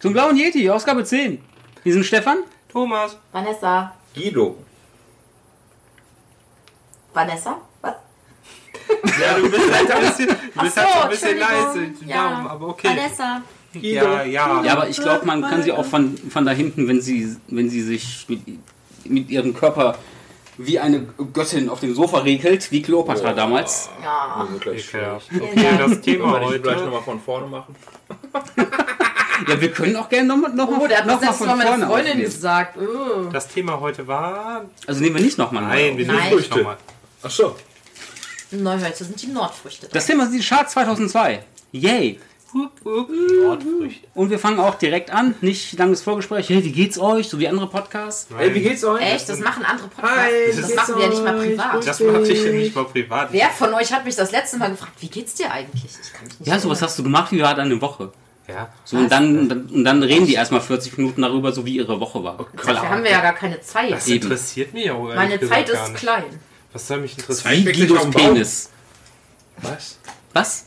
Zum blauen Yeti, Ausgabe 10. Wir sind Stefan. Thomas. Vanessa. Guido. Vanessa? Was? Ja, du bist halt ein bisschen, du bist halt so ein bisschen Entschuldigung. leise. Ja. Ja, aber okay. Vanessa. Ja, ja. Ja, aber ich glaube, man kann sie auch von, von da hinten, wenn sie, wenn sie sich mit, mit ihrem Körper wie eine Göttin auf dem Sofa regelt, wie Kleopatra Oh. damals. Ja. Ekelhaft. Vielen Okay, Dank. das Thema Kann ich gleich heute. nochmal von vorne machen? Ja, wir können auch gerne nochmal noch mal- Oh, der hat noch das mal letzte Mal von meine vorne Freundin aufnehmen. gesagt. Oh. Uh. Das Thema heute war. Also nehmen wir nicht nochmal Nein, wir Nein. nehmen ruhig nochmal. Ach so. Neuhölzer sind die Nordfrüchte. Das Thema sind die Charts 2002. Yay! Nordfrüchte. Und wir fangen auch direkt an. Nicht langes Vorgespräch. Hey, wie geht's euch? So wie andere Podcasts. Ey, wie geht's euch? Echt? Das machen andere Podcasts. Hi, wie das geht's machen wir ja nicht mal euch? privat. Das mache ich ja nicht mal privat. Wer von euch hat mich das letzte Mal gefragt, wie geht's dir eigentlich? Ich kann mich nicht Ja, so was hast du gemacht? Wie war deine Woche? Ja. So, und dann, dann, und dann reden die erstmal 40 Minuten darüber, so wie ihre Woche war. Dafür haben wir ja gar keine Zeit. Das Eben. interessiert mich ja auch Meine ehrlich gesagt Zeit gar ist nicht. klein. Was soll mich Zwei? interessieren? Ich wirklich Guidos am Baum. Penis. Was? Was?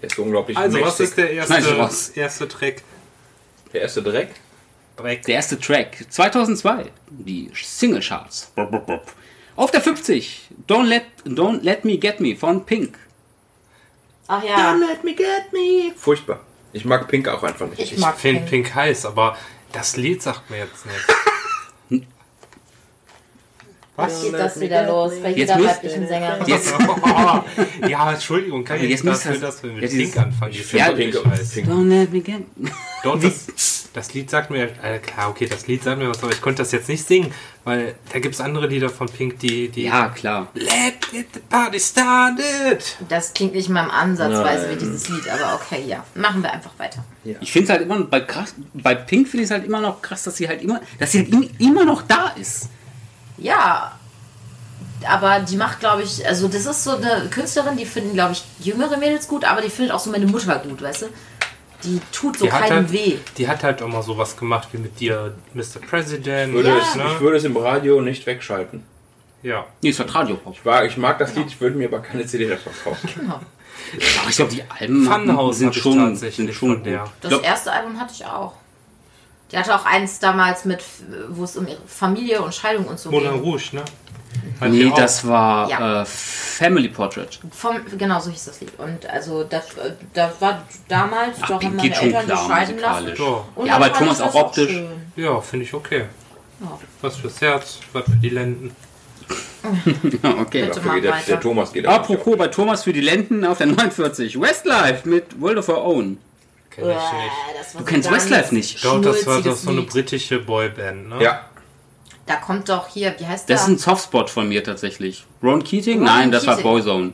Der ist unglaublich Also, mächtig. was ist der Schneid ich raus. erste, erste Track? Der erste Dreck? Dreck. Der erste Track 2002, die Single Charts. Auf der 50, Don't Let, Don't Let Me Get Me von Pink. Ach ja, let me get me. Furchtbar. Ich mag Pink auch einfach nicht. ich Ich mag finde Pink. Pink heiß, aber das Lied sagt mir jetzt nichts. Was geht das wieder los? Bei Jetzt jeder müsst- weiblichen Sängerin. Jetzt, ja, Entschuldigung, kann ich Jetzt jetzt müsst dafür, das- dass wir mit ja, dieses- Pink anfangen. Die Ja, finden Pink, mich heiß. Pink. Don't Let Me Get Me. Doch, das, das Lied sagt mir, äh, klar, okay, das Lied sagt mir was, aber ich konnte das jetzt nicht singen, weil da gibt es andere Lieder von Pink, die. die Ja, klar. Let it the party started! Das klingt nicht mal im Ansatzweise wie Nein. dieses Lied, aber okay, ja. Machen wir einfach weiter. Ich finde es halt immer noch, bei, krass, bei Pink finde ich es halt immer noch krass, dass sie halt immer, dass sie halt im- immer noch da ist. Ja, aber die macht, glaube ich, also das ist so eine Künstlerin, die finden, glaube ich, jüngere Mädels gut, aber die findet auch so meine Mutter gut, weißt du? Die tut so Die hat, keinem halt, weh. die hat halt auch mal sowas gemacht wie mit dir, Mr. President. ne? Ich würde, Ja. es, ich würde es im Radio nicht wegschalten. ja. Nee, ist halt Radiopop. Ich mag, ich mag das Lied, ich würde mir aber keine CD davon kaufen. Genau. Aber ich glaube, die Alben Funhouse sind hab ich schon, tatsächlich sind schon von der. gut. Ich Das glaub, erste Album hatte ich auch. Die hatte auch eins damals mit, wo es um ihre Familie und Scheidung und so Moulin ging. Rouge, ne? Hat die nee, auch. das war Ja. äh, Family Portrait. Vom, genau so hieß das Lied. Und also das, äh, das war damals, Ach, da haben Pink meine geht schon Eltern sich klar scheiden musikalisch. lassen. Ja, Und Ja, dann aber fand Thomas ich das auch optisch. schön. ja finde ich okay. Ja. Was fürs Herz, was für die Lenden. Ja, okay. Bitte. Dafür geht der, weiter. der Thomas geht aber nicht Apropos bei Thomas für die Lenden auf der 49, Westlife mit World of Our Own. Kenn ich nicht. das war Du kennst Westlife nicht. Doch, das war doch schnulziges so eine Lied. britische Boyband, auf. ne? Ja, Da kommt doch hier, wie heißt Das ist der? ein Softspot von mir tatsächlich. Ron Keating? Ron nein, das war Keating. Boyzone.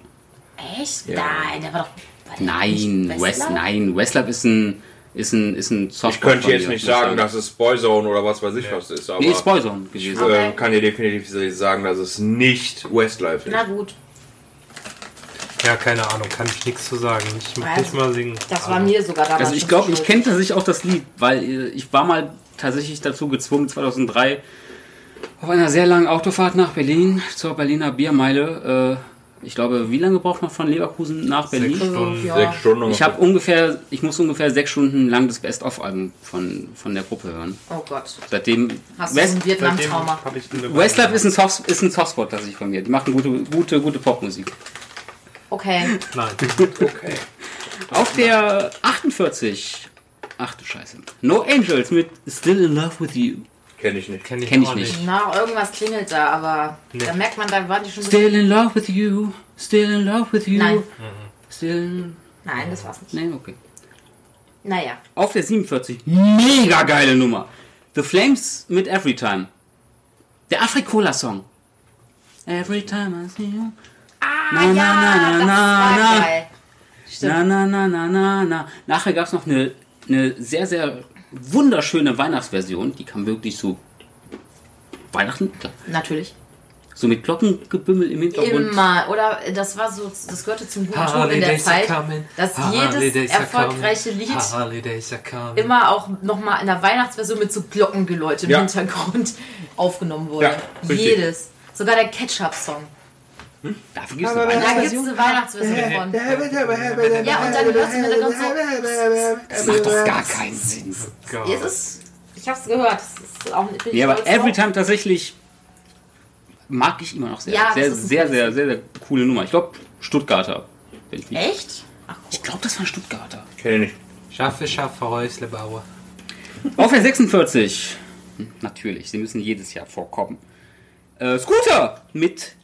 Echt? Nein, der war doch. War der Nein, nicht West, Westlife? nein, Westlab ist ein, ist ein, ist ein Softspot. ich könnte von jetzt mir, nicht muss ich sagen, dass es Boyzone oder was weiß ich was ist, aber Nee, ist Boyzone gewesen. Okay. ähm, kann dir definitiv sagen, dass es nicht Westlife ist. Na gut, Ja, keine Ahnung, kann ich nichts zu sagen. Ich mag Also, nicht mal singen. das war mir sogar damals. Also ich schon glaube, ich schnulzig. kenne tatsächlich auch das Lied, weil äh, ich war mal tatsächlich dazu gezwungen, 2003 auf einer sehr langen Autofahrt nach Berlin zur Berliner Biermeile. Äh, ich glaube, wie lange braucht man von Leverkusen nach Berlin? Sechs Stunden. Ja. Sechs Stunden Ich habe ungefähr, ich muss ungefähr sechs Stunden lang das Best-of-Album von, von der Gruppe hören. Oh Gott. Seitdem Hast du so West, ein Vietnam-Trauma? hab ich eine Westlife ist ein, Soft, ist ein Softspot, das ich von mir. Die machen gute, gute, gute Popmusik. Okay. Nein. Okay. Auf der 48, ach du Scheiße, No Angels mit Still in Love with You. Kenne ich nicht. Kenn ich, Kenn ich auch nicht. Na, irgendwas klingelt da, aber da merkt man, da waren die schon. so- Still in love with you, still in love with you. Nein. Still in, Nein, das war's nicht. nee, okay. Naja. Auf der 47, mega geile Nummer. The Flames mit Every Time. Der Afrikola-Song. Every time I see you. Ah, ja, na, na, das war na. geil. Na, na, na, na, na, na. Nachher gab es noch eine, eine sehr, sehr wunderschöne Weihnachtsversion. Die kam wirklich so Weihnachten, klar. Natürlich. So mit Glockengebümmel im Hintergrund. Immer. Oder äh, das war so, das gehörte zum guten Ton in der Holidays are Zeit, coming. dass Holidays jedes are erfolgreiche coming. Lied Holidays are coming. immer auch nochmal in der Weihnachtsversion mit so Glockengeläut im Ja. Hintergrund aufgenommen wurde. Ja, richtig. Jedes. Sogar der Ketchup-Song. Dafür gibt es eine Weihnachts- Da gibt es eine Weihnachtsversion von. Ja, und dann hörst du mir dann ganz Das macht doch gar keinen Sinn. Gott. so. Es ist, ich hab's gehört. Es ist auch, bin ich Ja, aber stolz drauf. Every Time tatsächlich mag ich immer noch sehr. Ja, das sehr, ist ein sehr, cooles sehr, sehr, sehr coole Nummer. Ich glaube, Stuttgarter. Wenn ich mich- Echt? Ach, ich glaube, das war ein Stuttgarter. Kenne ich nicht. Schaffe, schaffe, Häuslebauer. Auf der 46. Hm, Natürlich, sie müssen jedes Jahr vorkommen. Äh, Scooter mit.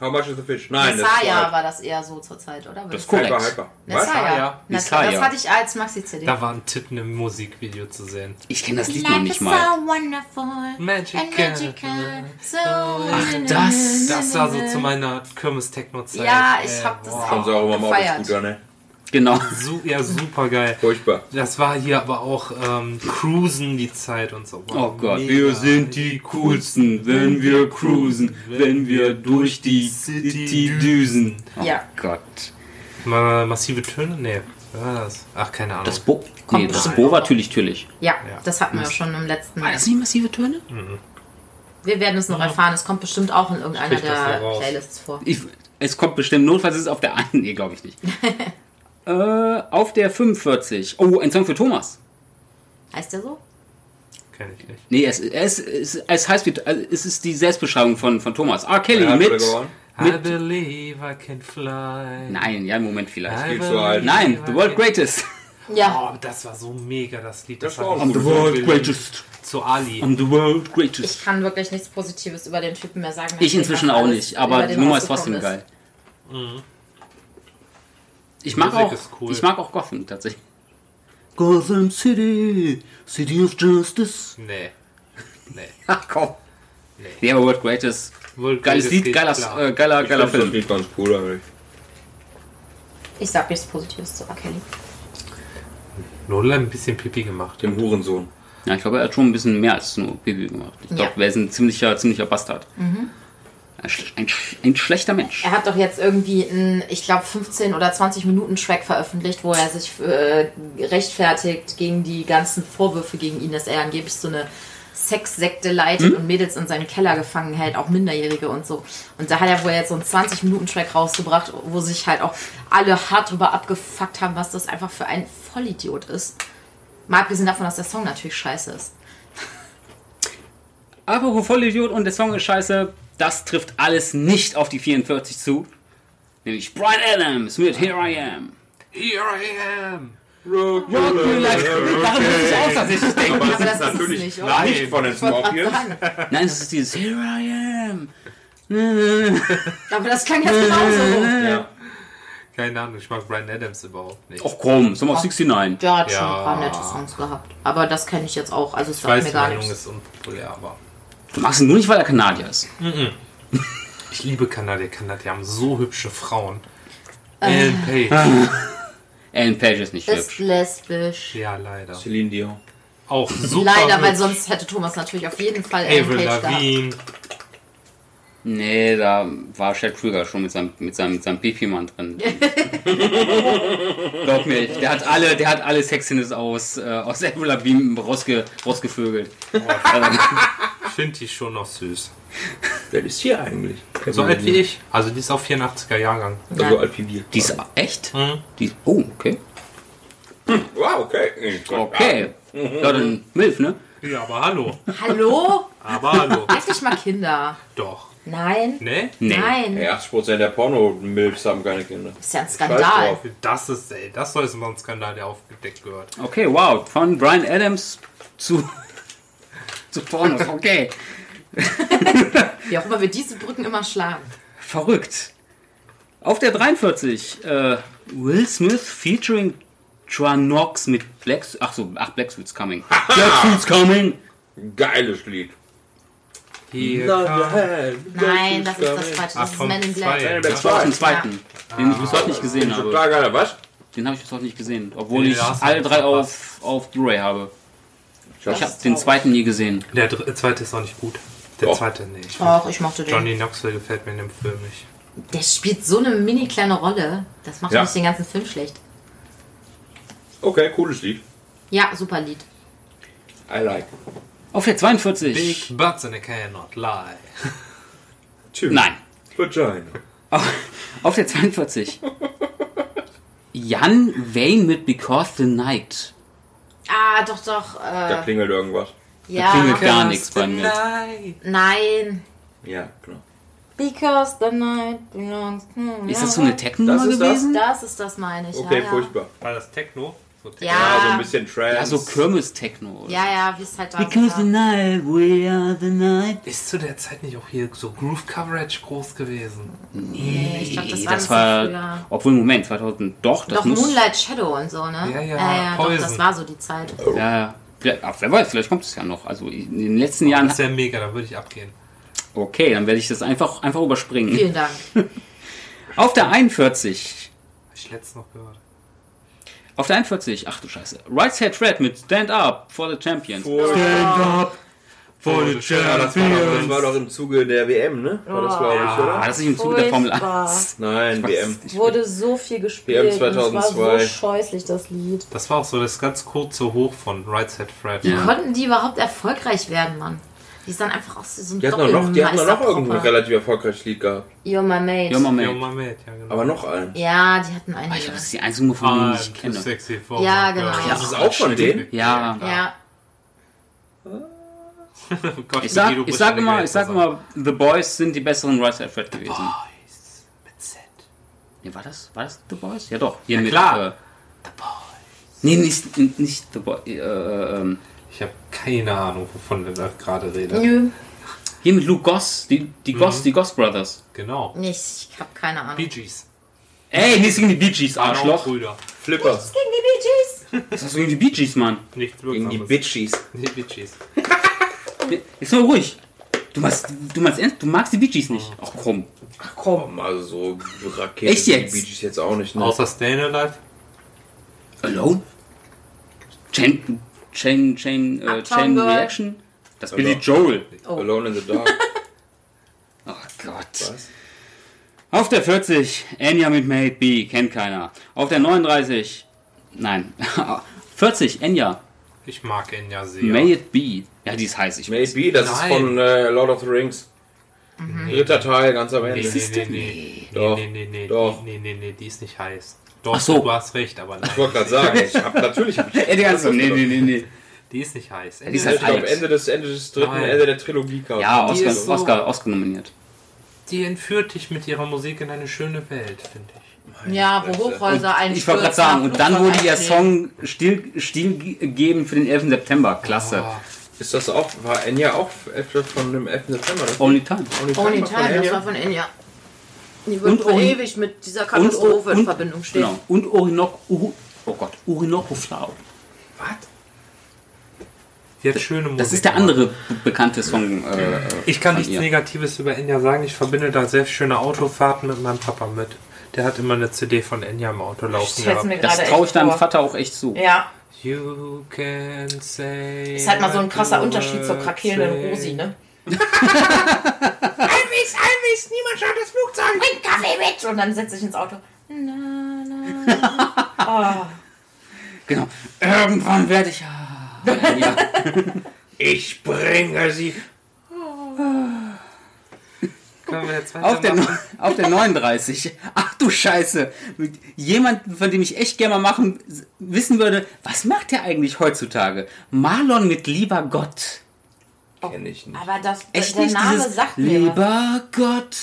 How much is the fish? Nein, das ist zu Messiah alt. war das eher so zur Zeit, oder? Das ist cool. korrekt. Hyper, hyper. Was? Messiah. Na klar, Messiah. Das hatte ich als Maxi-CD. Da war ein Tipp, ein Musikvideo zu sehen. Ich kenne das Lied noch nicht mal. so wonderful. Magical. So Ach, das- Das war so zu meiner Kirmes-Techno-Zeit. Ja, ich Äh, hab das wow. Haben sie auch immer mal Gefeiert. auf Scooter, ne? Genau. Su ja, super geil. Furchtbar. Das war hier aber auch ähm, Cruisen die Zeit und so. Oh Wow, Gott. mega. Wir sind die coolsten, wenn wir cruisen, wenn wir durch die City düsen. Oh Ja. Gott. Ma massive Töne? Nee. Was war das? Ach, keine Ahnung. Das Bo. Nee, Kommt das rein. Bo war natürlich, natürlich. Ja, Ja. das hatten wir schon im letzten. War das nicht massive Töne? Wir werden es noch erfahren. Es kommt bestimmt auch in irgendeiner Sprich das der so raus. Playlists vor. Ich, es kommt bestimmt, notfalls ist es auf der einen. Nee, glaube ich nicht. äh, auf der 45. Oh, ein Song für Thomas. Heißt der so? Kenn ich nicht. Nee, es, es, es, es heißt, wie- also es ist die Selbstbeschreibung von, von Thomas. R. Kelly Ja, hat mit. er gewonnen? I believe I can fly. Nein, ja, im Moment vielleicht. I viel zu believe alt. Nein, I The World can- Greatest. Ja. Oh, das war so mega, das Lied. Das hat war auch mich gut. so beliebt. Zu Ali. I'm the world Ich greatest. kann wirklich nichts Positives über den Typen mehr sagen. Ich inzwischen auch Alles, nicht, über aber die den Nummer ist trotzdem rausgekommen geil. Ich mag, Musik auch, ist cool. ich mag auch Gotham tatsächlich. Gotham City, City of Justice. Nee. Nee. Ach komm. Nee, aber World Greatest. World Geiles Greatest Lied, geht geiler, klar. äh, geiler, Ich geiler finde das Film. Lied ganz cool, aber ich- Ich sag nichts Positives zu R. Kelly. Nolan hat ein bisschen Pipi gemacht. Dem Hurensohn. Ja, ich glaube, er hat schon ein bisschen mehr als nur Baby gemacht. Ich glaube, Ja. er ist ein ziemlicher, ziemlicher Bastard. Ein, schl- ein, sch- ein schlechter Mensch. Er hat doch jetzt irgendwie einen, ich glaube, 15 oder 20 Minuten Track veröffentlicht, wo er sich äh, rechtfertigt gegen die ganzen Vorwürfe gegen ihn, dass er angeblich so eine Sexsekte leitet und Mädels in seinen Keller gefangen hält, auch Minderjährige und so. Und da hat er wohl jetzt so einen 20 Minuten Track rausgebracht, wo sich halt auch alle hart drüber abgefuckt haben, was das einfach für ein Vollidiot ist. Mal abgesehen davon, dass der Song natürlich scheiße ist. Apropos Vollidiot und der Song ist scheiße, das trifft alles nicht auf die 44 zu. Nämlich Brian Adams mit Here I Am. Here I am. Rock Rock me like- Daran muss ich auch tatsächlich denken. Aber das ist es Natürlich nicht, oder? nicht von den Scorpions. Nein, es ist dieses Here I Am. Aber das klang jetzt genauso. Ja. Keine Ahnung, ich mag Brian Adams überhaupt nicht. Och komm, Summer of 69. Ja, hat schon Ja. ein paar nette Songs gehabt. Aber das kenne ich jetzt auch. Also es ich sagt weiß, mir die gar Meinung nichts. ist unpopulär, aber Du magst ihn nur nicht, weil er Kanadier ist. ich liebe Kanadier. Kanadier haben so hübsche Frauen. Äh. Ellen Page. Ah. Alan Page ist nicht Ist hübsch. lesbisch. Ja, leider. Celine Dion. Auch super Leider, weil hübsch. sonst hätte Thomas natürlich auf jeden Fall Ellen Avril Page gehabt. Lavigne. Nee, da war Chad Krüger schon mit seinem, mit seinem, mit seinem Pipi-Mann drin. Glaub mir, der hat alle, der hat alle Sexiness aus, äh, aus Ebola Beam rausge, rausgevögelt. Ich finde die schon noch süß. Wer ist hier eigentlich? So alt wie ich. Also die ist auf 84er Jahrgang. Also so alt wie wir. Die ist echt? Die ist, oh, okay. Wow, okay. Ah, Okay. Ja, dann Milf, ne? Ja, aber hallo. Hallo? Aber hallo. Halt nicht mal Kinder. Doch. Nein. Ne? Nee. Nein. Ey, 80% der Porno-Milfs haben keine Kinder. Ist ja ein Scheiß Skandal. drauf. Das ist, ey, das soll jetzt mal ein Skandal, der aufgedeckt gehört. Okay, wow. Von Brian Adams zu, zu Pornos. Okay. Wie auch immer wir diese Brücken immer schlagen. Verrückt. Auf der 43, äh, Will Smith featuring Tranox mit Black... Ach so, ach, Black Suit's coming. Black Suit's coming. Geiles Lied. Hier Äh, Nein, das ist das Falsche. Das Ach, ist vom Men in Black. Zwei. Das war aus dem zweiten, den ich bis heute nicht gesehen habe. Total geiler, was? Den habe ich bis heute nicht gesehen, obwohl Ja, ich hast du alle drei verpasst. auf, auf Blu-ray habe. Ich Das habe ist den traurig. zweiten nie gesehen. Der dr- zweite ist auch nicht gut. Der Doch. zweite nicht. Doch, ich mochte den. Johnny Knoxville gefällt mir in dem Film nicht. Der spielt so eine mini kleine Rolle. Das macht Ja. nicht den ganzen Film schlecht. Okay, cooles Lied. Ja, super Lied. I like. Auf der 42, Big butts and I cannot lie. Tschüss. nein, Vagina. Auf der 42. Jan Wayne mit Because the Night. Ah, doch, doch. Da Äh, klingelt irgendwas. Da klingelt ja. gar nichts bei mir. Nein. Ja, genau. Because the night belongs to Ist das so eine Techno-Nummer Das ist das? gewesen? Das ist das, meine ich. Okay, ja, ja. furchtbar. War das Techno? So Techno. Ja. Ja, so ein bisschen Trance. Ja, so Kirmes-Techno. oder Ja, ja, wie es halt da Because the war. night, we are the night. Ist zu der Zeit nicht auch hier so Groove Coverage groß gewesen? Nee, ich glaube, das Nee, war das ein bisschen war, früher. obwohl, Moment, 2000, doch, das Doch, muss, Moonlight Shadow und so, ne? Ja, ja, doch, Poison. das war so die Zeit. ja, ja. Vielleicht- ach, wer weiß, vielleicht kommt es ja noch. Also in den letzten Jahren, Das wäre mega, da würde ich abgehen. okay, dann werde ich das einfach, einfach überspringen. Vielen Dank. Auf der 41, Hab ich letztens noch gehört. auf der 41, ach du Scheiße, Right Side Red mit Stand Up for the Champions. Furchtbar. Ja, das war, doch, das war doch- doch im Zuge der WM, ne? War das, glaube ich, War oder? Ah, das nicht im Zuge der Formel 1? Furchtbar. Nein, WM. Wurde so viel gespielt. WM 2002. Das war so scheußlich, das Lied. Das war auch so das ganz kurze Hoch von Right Set Fred. Ja. Konnten die überhaupt erfolgreich werden, Mann? Die sind einfach auch so ein Die hatten doch noch, die hatten doch noch irgendein Doppelmeisterproppe. relativ erfolgreiches Lied gehabt. You're my mate. Ja, Moment. Yo, my mate, ja, genau. Aber noch einen. Ja, die hatten Ah, Ich einige. glaube, das ist die einzige von Ah, die ich Too kenne. sexy for Ja, my genau. girl. Ja, Das ist auch von denen. Ja. Ja, Oh Gott, Ich sag, Guido, ich musst sag deine immer, Geld ich sag versammeln. immer, The Boys sind die besseren Right Side Fred gewesen. Boys mit Z. Nee, war das, war das The Boys? Ja doch. Hier mit, klar. Äh, nee, nicht, nicht The Boys. Äh, ähm, Ich habe keine Ahnung, wovon wir da gerade reden. nö. Hier mit Luke Goss, die, die Goss, die Goss Brothers. Genau. Nee, Ich hab keine Ahnung. Bee Gegen Gees. Ey, nichts gegen die Bee Gees, Arschloch. Brüder. Flipper. die Bee Gees. Was hast du gegen die Bee Gees, Mann? Nichts Gegen die Wirksames. Bitchies. Die Bee Gees. Jetzt mal ruhig. Du magst, du magst, ernst- du magst die Bee Gees nicht. Ach komm. Ach komm, also so Rakete. Echt jetzt? Die Bee Gees jetzt auch nicht, ne? Außer Stayin' Alive. Alone? Chain, Chain, Chain, äh, Uptown Chain Girl. Reaction? Das ist Billy Alone. Joel. Alone in the Dark. Oh Gott. Was? Auf der 40, Enya mit Made B, kennt keiner. Auf der 39, nein, 40, Enya, Ich mag ihn ja sehr. Made B. Ja, die ist heiß, ich weiß. Maybe, das Nein. ist von äh, Lord of the Rings. Dritter Teil, ganz am Ende. Nee, ist nee, nee, denn? nee, nee, Doch. nee, nee, nee, Doch. nee, nee, nee, die ist nicht heiß. Doch, Ach so. du hast recht, aber nein. Ich wollte gerade sagen, ich hab natürlich. hab ich- Ey, die ganze, nee, nee, nee, nee. Die ist nicht heiß. Die ist Ich halt glaube, heiß. Ende des, Ende des dritten, Nein. Ende der Trilogie kam. Ja, Die Oscar, ist so- Oscar, Oscar nominiert. halt- Die entführt dich mit ihrer Musik in eine schöne Welt, finde ich. Ja, wo Hochhäuser ein Ich wollte gerade sagen, und dann wurde ihr Song still, stillgegeben für den 11. September. Klasse. Ah, Ist das auch, war Enya auch etwa von dem 11. September? Das Only Time. Only war von Time, das Enya? war von Enya. Die Und wird für Ori- ewig mit dieser Katastrophe Also in und- Verbindung stehen. Genau. Und Orinoco, Uru- oh Gott, Orinoco Flower. Die hat schöne Musik. Das ist der andere be- bekannte Song. Äh, Ich kann von nichts ihr. Negatives über Enya sagen. Ich verbinde da sehr schöne Autofahrten mit meinem Papa mit. Der hat immer eine CD von Enya im Auto laufen stell's mir gehabt. Das Gerade traue ich echt deinem vor. Vater auch echt zu. Ja, You can say ist halt mal so ein krasser what Unterschied zur you krakelnden say. Rosi, ne? Alvis, Alvis, niemand schaut das Flugzeug! Bring Kaffee mit! Und dann setze ich ins Auto. Na, na. Genau. Irgendwann werde ich. Ah, ja. Ich bringe sie. Können wir jetzt auf, der, weitermachen? Neu- auf der 39. Ach du Scheiße. Mit jemandem, von dem ich echt gerne mal machen, wissen würde, was macht der eigentlich heutzutage? Marlon mit Lieber Gott. Oh. Kenn ich nicht. Aber das, Echt der nicht Name dieses sagt mir was. Lieber Gott,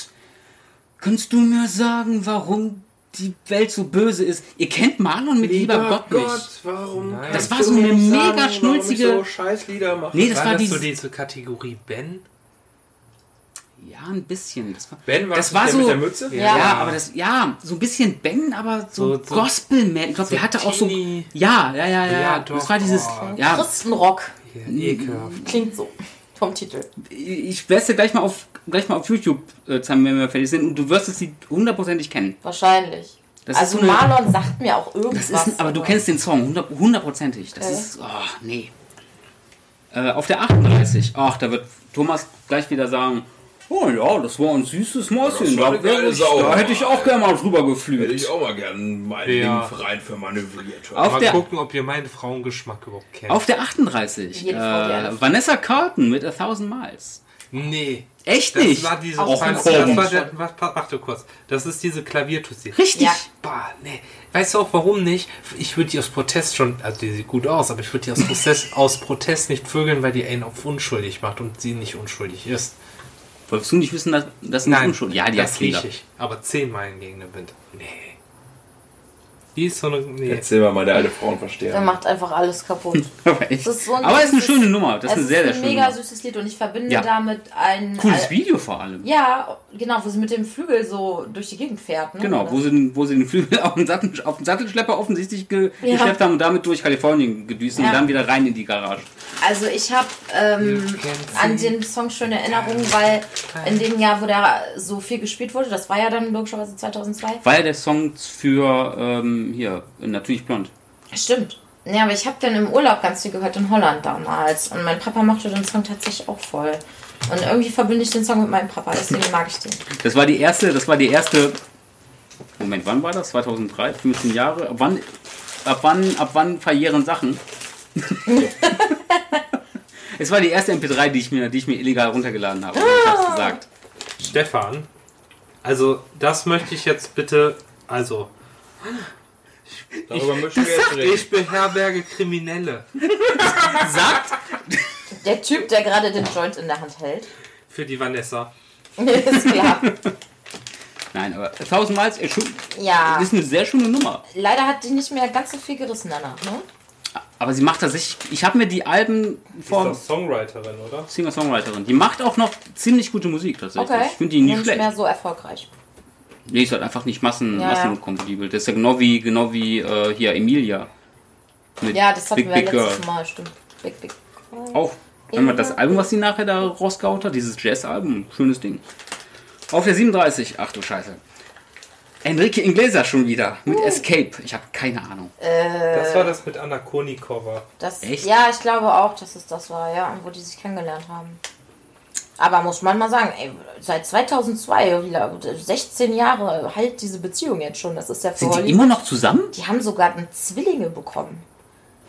kannst du mir sagen, warum die Welt so böse ist? Ihr kennt Marlon mit Lieber, Gott, nicht. warum? Nein. kannst Das war so du eine nicht mega warum ich schnulzige- so Scheißlieder mache. Nee, das war war, das die. so diese Kategorie Ben? ja, ein bisschen. Das war, Ben, war das das war nicht so. der mit der Mütze? Ja, Ja. aber das, ja, so ein bisschen Ben, aber so, So- so- gospel man Ich glaube, der hatte auch so. teeny. Ja, ja, ja, ja. Ja, ja doch. das war dieses. Oh. Ja, Christenrock Ja, ekelhaft. klingt so vom Titel. ich werde es dir gleich mal auf, gleich mal auf YouTube äh, zeigen, wenn wir fertig sind. Und du wirst es die hundertprozentig kennen. Wahrscheinlich. Das also ist so eine- Marlon sagt mir auch irgendwas. Das ist, aber du kennst den Song hundert- hundertprozentig. Das Okay. ist. Oh, nee. Äh, auf der 38. Ach, da wird Thomas gleich wieder sagen. Oh ja, das war ein süßes Mäuschen. Das war Da, eine geile wär ich, Sau. da hätte ich auch gerne mal drüber Hätte geflügt. ich auch mal gern mein Ja. Ding rein vermanövriert. Auf Mal der- gucken, ob ihr meinen Frauengeschmack überhaupt kennt. Auf der 38. Jede Frau, die eine- Äh, Vanessa Carlton mit A Thousand Miles. Nee. Echt Das nicht? war diese Auch das komisch. war der, warte, warte kurz. Das ist diese Klaviertussi. Richtig. Ja. Bah, nee. Weißt du auch warum nicht? Ich würde die aus Protest schon, also die sieht gut aus, aber ich würde die aus Protest, aus Protest nicht vögeln, weil die einen auf unschuldig macht und sie nicht unschuldig ist. Wolltest du nicht wissen, dass das nicht unschuldig Ja, die hat das Fehler. rieche ich. Aber zehn Meilen gegen den Wind. Nee. Die ist so eine. Nee. Erzähl mal, meine alte Frauenversteher. Der macht einfach alles kaputt. Aber echt. Das ist so ein Aber es ist eine süßes- schöne Nummer. Das ist es eine sehr, sehr ein schöne mega Nummer. süßes Lied und ich verbinde Ja. damit ein. Cooles äh, Video vor allem. Ja, genau, wo sie mit dem Flügel so durch die Gegend fährt. Ne? Genau, Oder? wo sie, den, wo sie den Flügel auf den, Sattel, auf den Sattelschlepper offensichtlich ge Ja. geschleppt haben und damit durch Kalifornien gedüst und Ja. dann wieder rein in die Garage. Also ich habe ähm, an den Song schöne Erinnerungen, weil in dem Jahr, wo da so viel gespielt wurde, das war ja dann logischerweise 2002. Weil der Song für, ähm, hier, natürlich blond. Stimmt. Ja, aber ich habe den im Urlaub ganz viel gehört in Holland damals. Und mein Papa mochte den Song tatsächlich auch voll. Und irgendwie verbinde ich den Song mit meinem Papa, deswegen mag ich den. Das war die erste, das war die erste. Moment, wann war das? 2003, 15 Jahre? Ab wann, ab wann, ab wann verjähren Sachen? es war die erste MP3, die ich mir, die ich mir illegal runtergeladen habe. Ich hab's gesagt. Stefan. Also, das möchte ich jetzt bitte. Also, Darüber möchten wir jetzt reden. ich beherberge Kriminelle. Sagt? Der Typ, der gerade den Joint in der Hand hält. Für die Vanessa. ist klar. Nein, aber tausendmal ist, Ja. ist eine sehr schöne Nummer. Leider hat die nicht mehr ganz so viel gerissen danach, ne? Aber sie macht tatsächlich. Ich habe mir die Alben Ist doch vor Songwriterin, oder? Singer-Songwriterin. Die macht auch noch ziemlich gute Musik tatsächlich. Okay. Ich finde die nicht Und schlecht. mehr so erfolgreich. Nee, ist halt einfach nicht massen, Ja, ja. massenkompatibel. Das ist ja genau wie, genau wie äh, hier Emilia. Mit Ja, das hatten Big wir Big ja Girl. letztes Mal, stimmt. Big Big. Auch. Wenn man das Album, was sie nachher da rausgehaut hat, dieses Jazz-Album, schönes Ding. Auf der 37, ach du Scheiße. Enrique Inglesa schon wieder mit Uh. Escape. Ich habe keine Ahnung. Oh, Äh. Das war das mit Anna Konikova. Das, Echt? Ja, ich glaube auch, dass es das war, ja, und wo die sich kennengelernt haben. Aber muss man mal sagen, ey, seit 2002, wie la- 16 Jahre halt diese Beziehung jetzt schon. Das ist ja für Sind die Hollywood- immer noch zusammen? Die haben sogar einen Zwillinge bekommen.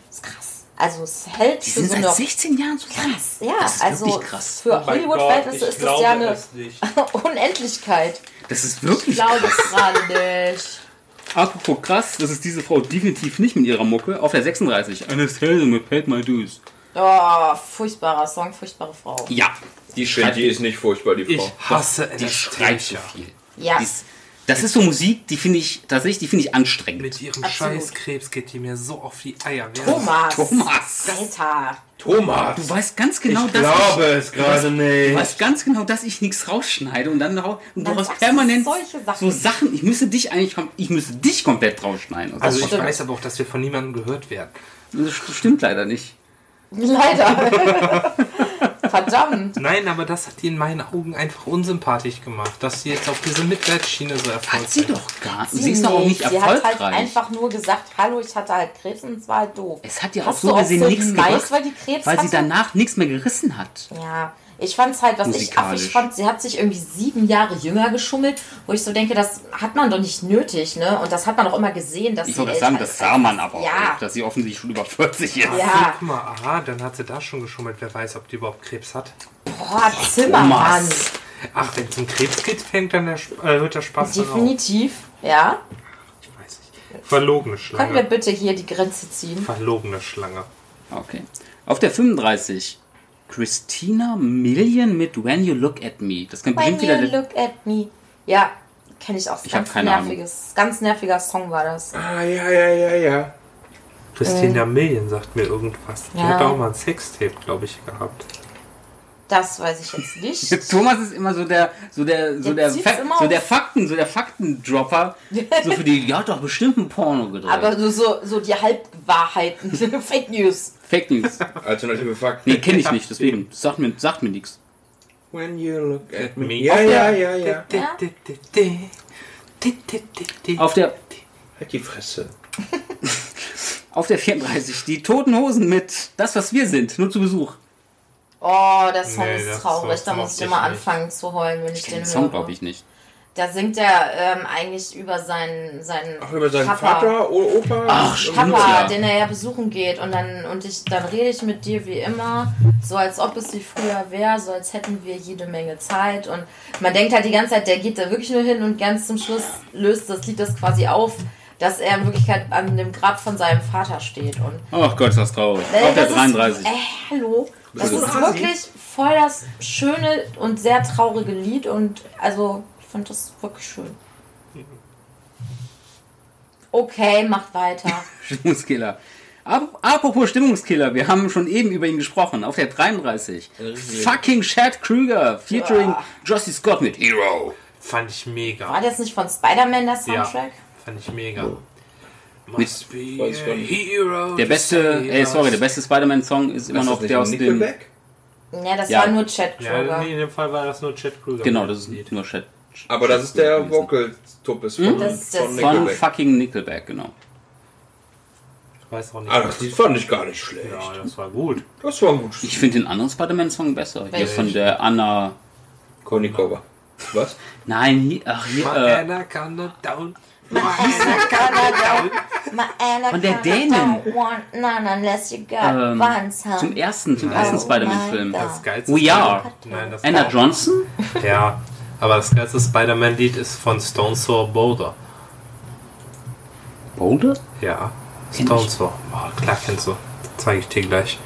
Das ist krass. Also es hält Die für sind so seit eine... 16 Jahren zusammen. Krass, ja, Das ist also wirklich krass. für Hollywood-Verhältnisse ist das ja eine nicht. Unendlichkeit. Das ist Ich wirklich. glaube es gerade nicht. Apropos krass, das ist diese Frau definitiv nicht mit ihrer Mucke. Auf der 36, Anastasia mit Paid My Dues. Oh, furchtbarer Song, furchtbare Frau. Ja, die Ich finde, die ist nicht furchtbar, die Frau. Ich hasse Die schreit so Anastasia. viel. Ja. Die ist- Das ist so Musik, die finde ich tatsächlich, die finde ich anstrengend. Mit ihrem Absolut. scheiß Krebs geht die mir so auf die Eier. Wer Thomas. Thomas, Alter. Thomas! du weißt ganz genau, ich dass glaube es also gerade ich, du nicht. weißt ganz genau, dass ich nichts rausschneide und dann rau- und du Dann hast sagst du permanent solche Sachen. so Sachen. Ich müsste dich eigentlich, kom- ich müsste dich komplett rausschneiden. Und Also ich stimmt. weiß aber auch, dass wir von niemandem gehört werden. das stimmt leider nicht. Leider. Verdammt. Nein, aber das hat die in meinen Augen einfach unsympathisch gemacht, dass sie jetzt auf diese Mitleidsschiene so erfolgreich Hat sie doch gar nicht. Sie ist doch auch nicht Sie hat halt erfolgreich. einfach nur gesagt, hallo, ich hatte halt Krebs und es war halt doof. Es hat ja auch Hast so du auch gesehen so nichts nice, gebracht, weil die Krebs weil sie hatte? danach nichts mehr gerissen hat. Ja, ich fand's halt, was ich affig Musikalisch. fand, sie hat sich irgendwie sieben Jahre jünger geschummelt, wo ich so denke, das hat man doch nicht nötig, ne? Und das hat man auch immer gesehen, dass Ich sie wollte älter sagen, ist. das sah man aber auch, Ja, nicht, dass sie offensichtlich schon über 40 ist. Ja. Guck mal, aha, dann hat sie da schon geschummelt. Wer weiß, ob die überhaupt Krebs hat. boah, Zimmermann. Thomas. Ach, wenn es um Krebs geht, fängt dann der, Sp- äh, hört der Spaß dann auf. Definitiv, ja. Ich weiß nicht. Verlogene Können wir Schlange. bitte hier die Grenze ziehen? Verlogene Schlange. Okay. Auf der 35. Christina Million mit When You Look at Me. Das kann When bestimmt wieder. you der- look at me. Ja, kenne ich auch. Ich hab ganz keine Ahnung. nerviges, ganz nerviger Song war das. Ah, ja, ja, ja, ja. Christina Million sagt mir irgendwas. Die Ja. hat auch mal ein Sextape, glaube ich, gehabt. Das weiß ich jetzt nicht. Thomas ist immer so der, so der, so Der der, zieht's Fak- immer so auf. der Fakten, so der Faktendropper. so für die, die hat doch bestimmt ein Porno gedreht. Aber so, so, so die Halbwahrheiten, Fake News. Fake News. Alternative Fakten. Nee, kenne ich nicht, deswegen. Das Sagt mir, sagt mir nichts. When you look at me. Ja, ja, ja, ja. Di- di- di- di. Di- di- di- di. Auf der, Halt die Fresse. auf der 34. Die Toten Hosen mit Das, was wir sind. Nur zu Besuch. Oh, der Song Nee, ist das traurig. Song da muss mochte ich ich immer nicht. anfangen zu heulen, wenn ich, Den den Song höre. glaube ich nicht. Da singt er ähm, eigentlich über seinen, seinen, Ach, über seinen Papa. Vater, O- Opa. Ach, stimmt. Papa, ja. den er ja besuchen geht und dann und ich dann rede ich mit dir wie immer, so als ob es wie früher wäre, so als hätten wir jede Menge Zeit und man denkt halt die ganze Zeit, der geht da wirklich nur hin und ganz zum Schluss löst das Lied das quasi auf, dass er in Wirklichkeit an dem Grab von seinem Vater steht und Ach Gott, ist das traurig. Ey, Auf der das 33. Ist, äh, hallo. Das Bist du ist Asi? wirklich voll das schöne und sehr traurige Lied und also ich fand das wirklich schön. Okay, macht weiter. Stimmungskiller. Ap apropos Stimmungskiller, wir haben schon eben über ihn gesprochen. Auf der 33. Fucking Chad Krüger featuring Ah. Ja. Jossie Scott mit Hero. Fand ich mega. War das nicht von Spider-Man der Ja, Soundtrack? fand ich mega. Oh. Must be Weiß ich gar nicht. hero. Der beste, ey, sorry, der beste Spider-Man-Song ist immer Ist das noch nicht der aus dem. Nickelback? Ja, das Ja. war nur Chad Ja, Kroger. nee, in dem Fall war das nur Chad Krüger. Genau, das ist nur Chad. Aber das ist der Vocal-Tuppes Hm? von, Das ist von das- Von Nickelback. fucking Nickelback, genau. Ich weiß auch nicht. Ah, das Lied fand ich gar nicht schlecht. ja, das war gut. Äh. Das war ein gutes Ich finde den anderen Spider-Man-Song besser. Hier Welchen? von der Anna. Conny Cover. Was? Nein, hier, ach, hier, äh, Anaconda down. Von der Dänen. None unless you got Ähm, buns, huh? zum ersten, zum Nein. ersten Oh Spider-Man-Film. mein Gott. Das geilste. We are. Nein, das Anna war- Johnson? Ja, aber das geilste Spider-Man-Lied ist von Stone Sour Boulder. Boulder? Ja, Kenn Stone ich. Sour. Oh, klar kennst du. Zeige ich dir gleich.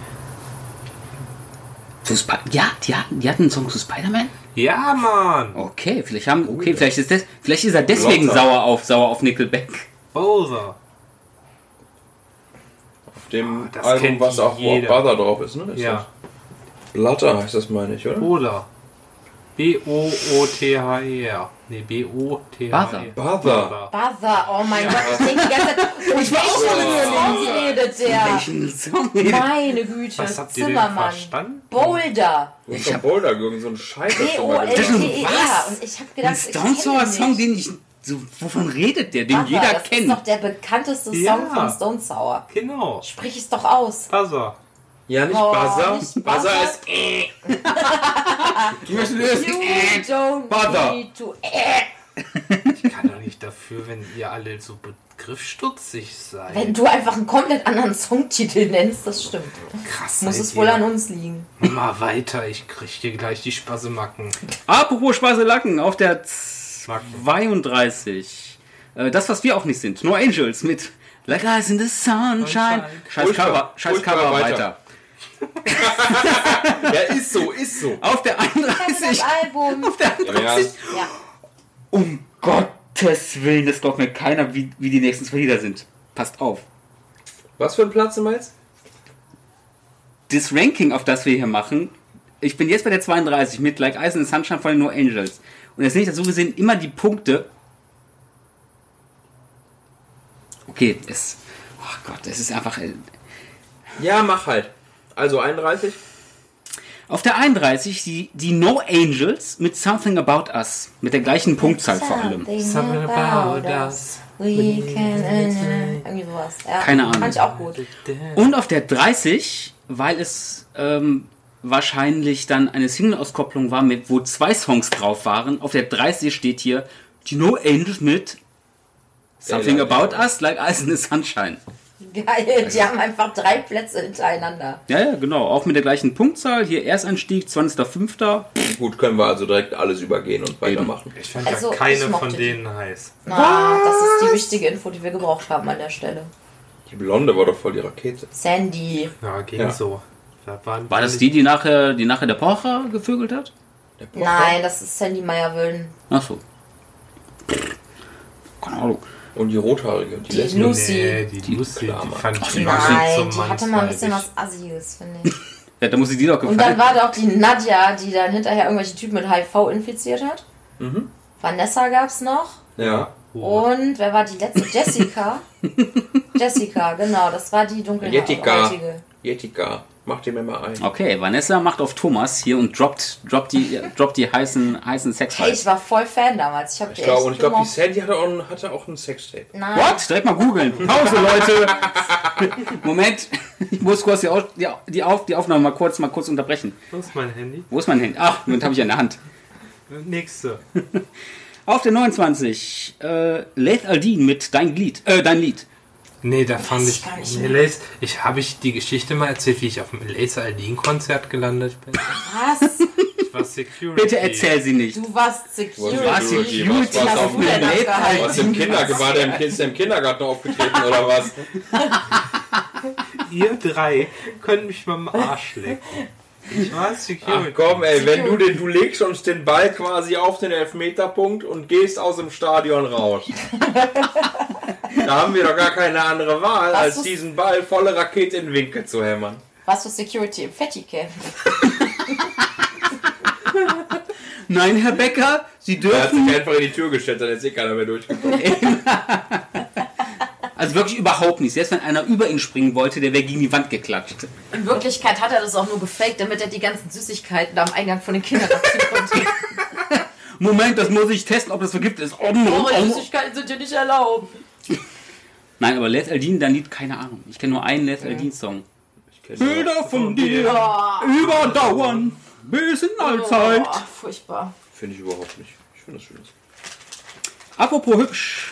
Zu Spi ja, die hatten, die hatten einen Song zu Spider-Man? Ja, Mann! Okay, vielleicht haben. Okay, vielleicht ist, des, vielleicht ist er deswegen Locker. sauer auf, sauer auf Nickelback. Boulder. Auf dem Ah, das Album, kennt was auch jeder. Butter drauf ist, ne? Ist Ja, das- Blatter heißt das, meine ich, oder? Boulder. B-O-O-T-H-E-R. E Nee, B-O-T-H-E-R. Butter. Bother, oh mein Gott, ich denke die ganze Zeit, ich war auch schon redet der. Welchen Song? Meine Güte, Was habt ihr denn Zimmermann. verstanden? Boulder. Und ich hab Boulder, irgend so ein Scheiß. das schon mal gesagt. B-O-L-T-E-R. Was? E Und ich habe Ein gedacht, ich Stone Sour kenne Song, ihn nicht. den ich. So, wovon redet der? Den Bother, jeder das kennt. ist doch der bekannteste Song Ja. von Stone Sour. Genau. Sprich es doch aus. Buzzer. Ja, nicht Oh, Buzzer. nicht Buzzer. Buzzer. ist. Äh. ich möchte das. You don't Bother. need to... Äh. Ich kann doch nicht dafür, wenn ihr alle so begriffstutzig seid. Wenn Äh, du einfach einen komplett anderen Songtitel nennst, das stimmt. Krass. Muss seid es wohl ihr. an uns liegen. Mal weiter, ich krieg hier gleich die Spassemacken. Apropos Spaselacken auf der 32. Äh, Das, was wir auch nicht sind. No Angels mit Like Eyes in the Sunshine. Sunshine. Scheiß Ultra, Cover, scheiß ultra Cover weiter. weiter. Ja, ist so, ist so. Auf der Das, ist 31. das Album. Auf der Ja, ja. 31. Ja. Um Gottes Willen, das glaubt mir keiner, wie, wie die nächsten zwei Lieder sind. Passt auf. Was für ein Platz sind wir jetzt? Das Ranking, auf das wir hier machen, ich bin jetzt bei der 32 mit Like Eyes in the Sunshine von den No Angels. Und jetzt sehe ich dazu gesehen immer die Punkte. Okay, es. Ach Gott, es ist einfach. äh, Ja, mach halt. Also 31. Auf der 31 die, die No Angels mit Something About Us. Mit der gleichen Punktzahl vor allem. Something about us. We can... Irgendwie sowas. Ja. Keine Ahnung. Fand ich auch gut. Und auf der 30, weil es ähm, wahrscheinlich dann eine Single-Auskopplung war, mit, wo zwei Songs drauf waren, auf der 30 steht hier die No Angels mit Something Ja, ja, About ja. Us, Like Eyes in the Sunshine. Geil, die haben einfach drei Plätze hintereinander. Ja, ja, genau. Auch mit der gleichen Punktzahl. Hier Erstanstieg, 20.05. Gut, können wir also direkt alles übergehen und weitermachen. Ich fand Also, ja keine ich mochte von die. denen heiß. Na, das ist die wichtige Info, die wir gebraucht haben an der Stelle. Die Blonde war doch voll die Rakete. Sandy. Ja, ging Ja. so. Da waren War das die, die nachher, die nachher der Pocher gevögelt hat? Der Popper. Nein, das ist Sandy Meyer-Wölden. Ach so. Keine Ahnung. Und die Rothaarige. Die Die Lesben. Lucy. Nee, die, Lucy, die Klammer. fand ich Nein, zum die hatte mal ein bisschen Mannsweibig. was Assiges, finde ich. Ja, da muss ich die doch Und gefallen. dann war da auch die Nadja, die dann hinterher irgendwelche Typen mit HIV infiziert hat. Vanessa gab's noch. Ja. Oh. Und wer war die letzte? Jessica. Jessica, genau, das war die Jessica. dunkelhaarige. Jetika. Mach dir mir mal ein. Okay, Vanessa macht auf Thomas hier und droppt, droppt, die, droppt die heißen, heißen Hey, Sexfalls. ich war voll Fan damals. Ich hab die Ich glaube, echt und ich glaube, die gemocht. Sandy hatte auch, ein- hatte auch ein Sextape. Nein. What? Direkt mal googeln. Pause, Leute. Moment. Ich muss kurz die, Au die, Au- die, Auf die Aufnahme mal kurz, mal kurz unterbrechen. Wo ist mein Handy? Wo ist mein Handy? Ach, Moment, habe ich ja in der Hand. Nächste. Auf der 29, äh, Laith Aldin mit Dein Glied. Äh, dein Lied. Nee, da fand ich ich. gar nicht nee, Lace, ich habe ich die Geschichte mal erzählt, wie ich auf dem Laser Aldin Konzert gelandet bin. Was? Ich war Security. Bitte erzähl sie nicht. Du warst Security. Du warst Security. Was warst Hast auf du denn dem Late abgehalten? Was im Kindergarten? War der im, Kind- ist der im Kindergarten aufgetreten oder was? Ihr drei könnt mich mal am Arsch lecken. Ich war Ach Security. komm, ey, wenn du den, du legst uns den Ball quasi auf den Elfmeterpunkt und gehst aus dem Stadion raus. da haben wir doch gar keine andere Wahl, Was als ist- diesen Ball volle Rakete in den Winkel zu hämmern. Warst du Security im Fatty Camp? Nein, Herr Becker, Sie Er hat dürfen. sich einfach in die Tür gestellt, dann ist eh keiner mehr durchgekommen. Also wirklich überhaupt nicht. Selbst wenn einer über ihn springen wollte, der wäre gegen die Wand geklatscht. In Wirklichkeit hat er das auch nur gefaked, damit er die ganzen Süßigkeiten am Eingang von den Kindern abziehen konnte. Moment, das muss ich testen, ob das vergibt ist. Oh, oh, Aber oh. Süßigkeiten sind ja nicht erlaubt. Nein, aber Laith Aldin, dein Lied, keine Ahnung. Ich kenne nur einen Laith Aldin-Song. Bilder von dir Oh, überdauern bis in Allzeit. oh, furchtbar. Finde ich überhaupt nicht. Ich finde das schön. Apropos hübsch.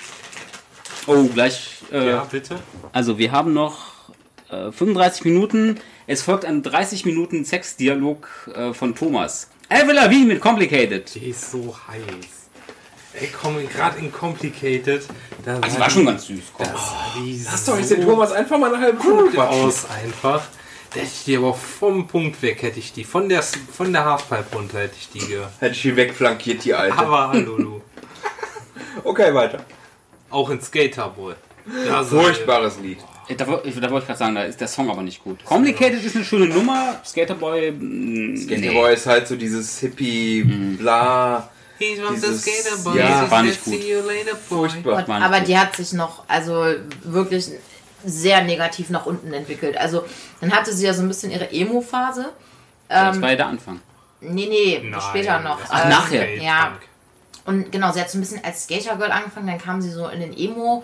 Oh, gleich. Äh, Ja, bitte. Also wir haben noch äh, 35 Minuten. Es folgt ein 30 Minuten Sexdialog äh, von Thomas. Avril Lavigne mit Complicated. Die ist so heiß. Ey, komm, gerade in Complicated. Da Also war schon ganz süß. Komm. Lass Doch, jetzt den Thomas einfach mal eine halbe Stunde quatschen. aus einfach. Da hätte ich die aber vom Punkt weg, hätte ich die. Von der, von der Halfpipe runter hätte ich die ge. Hätte ich ihn wegflankiert, die Alte. Aber hallo du. Okay, weiter. Auch in Skater wohl. Da sei- Furchtbares Lied. Äh, Da, wo- ich- da wollte ich gerade sagen, da ist der Song aber nicht gut. Complicated ist eine schöne Nummer. Skaterboy. mm, mh, Skater nee. Boy ist halt so dieses Hippie, Mhm. bla. He's from the Dieses- Skater Boy. ja, war He said, nicht gut. "See you later, boy." Furchtbar. Mann. aber die hat sich noch, also wirklich sehr negativ nach unten entwickelt. Also dann hatte sie ja so ein bisschen ihre Emo-Phase. Das war ja der Anfang. Nee, nee, Nein, später noch. Ähm, das Ach, ist nachher. Skate Ja. Punk. Und genau, sie hat so ein bisschen als Skatergirl angefangen, dann kam sie so in den Und Emo.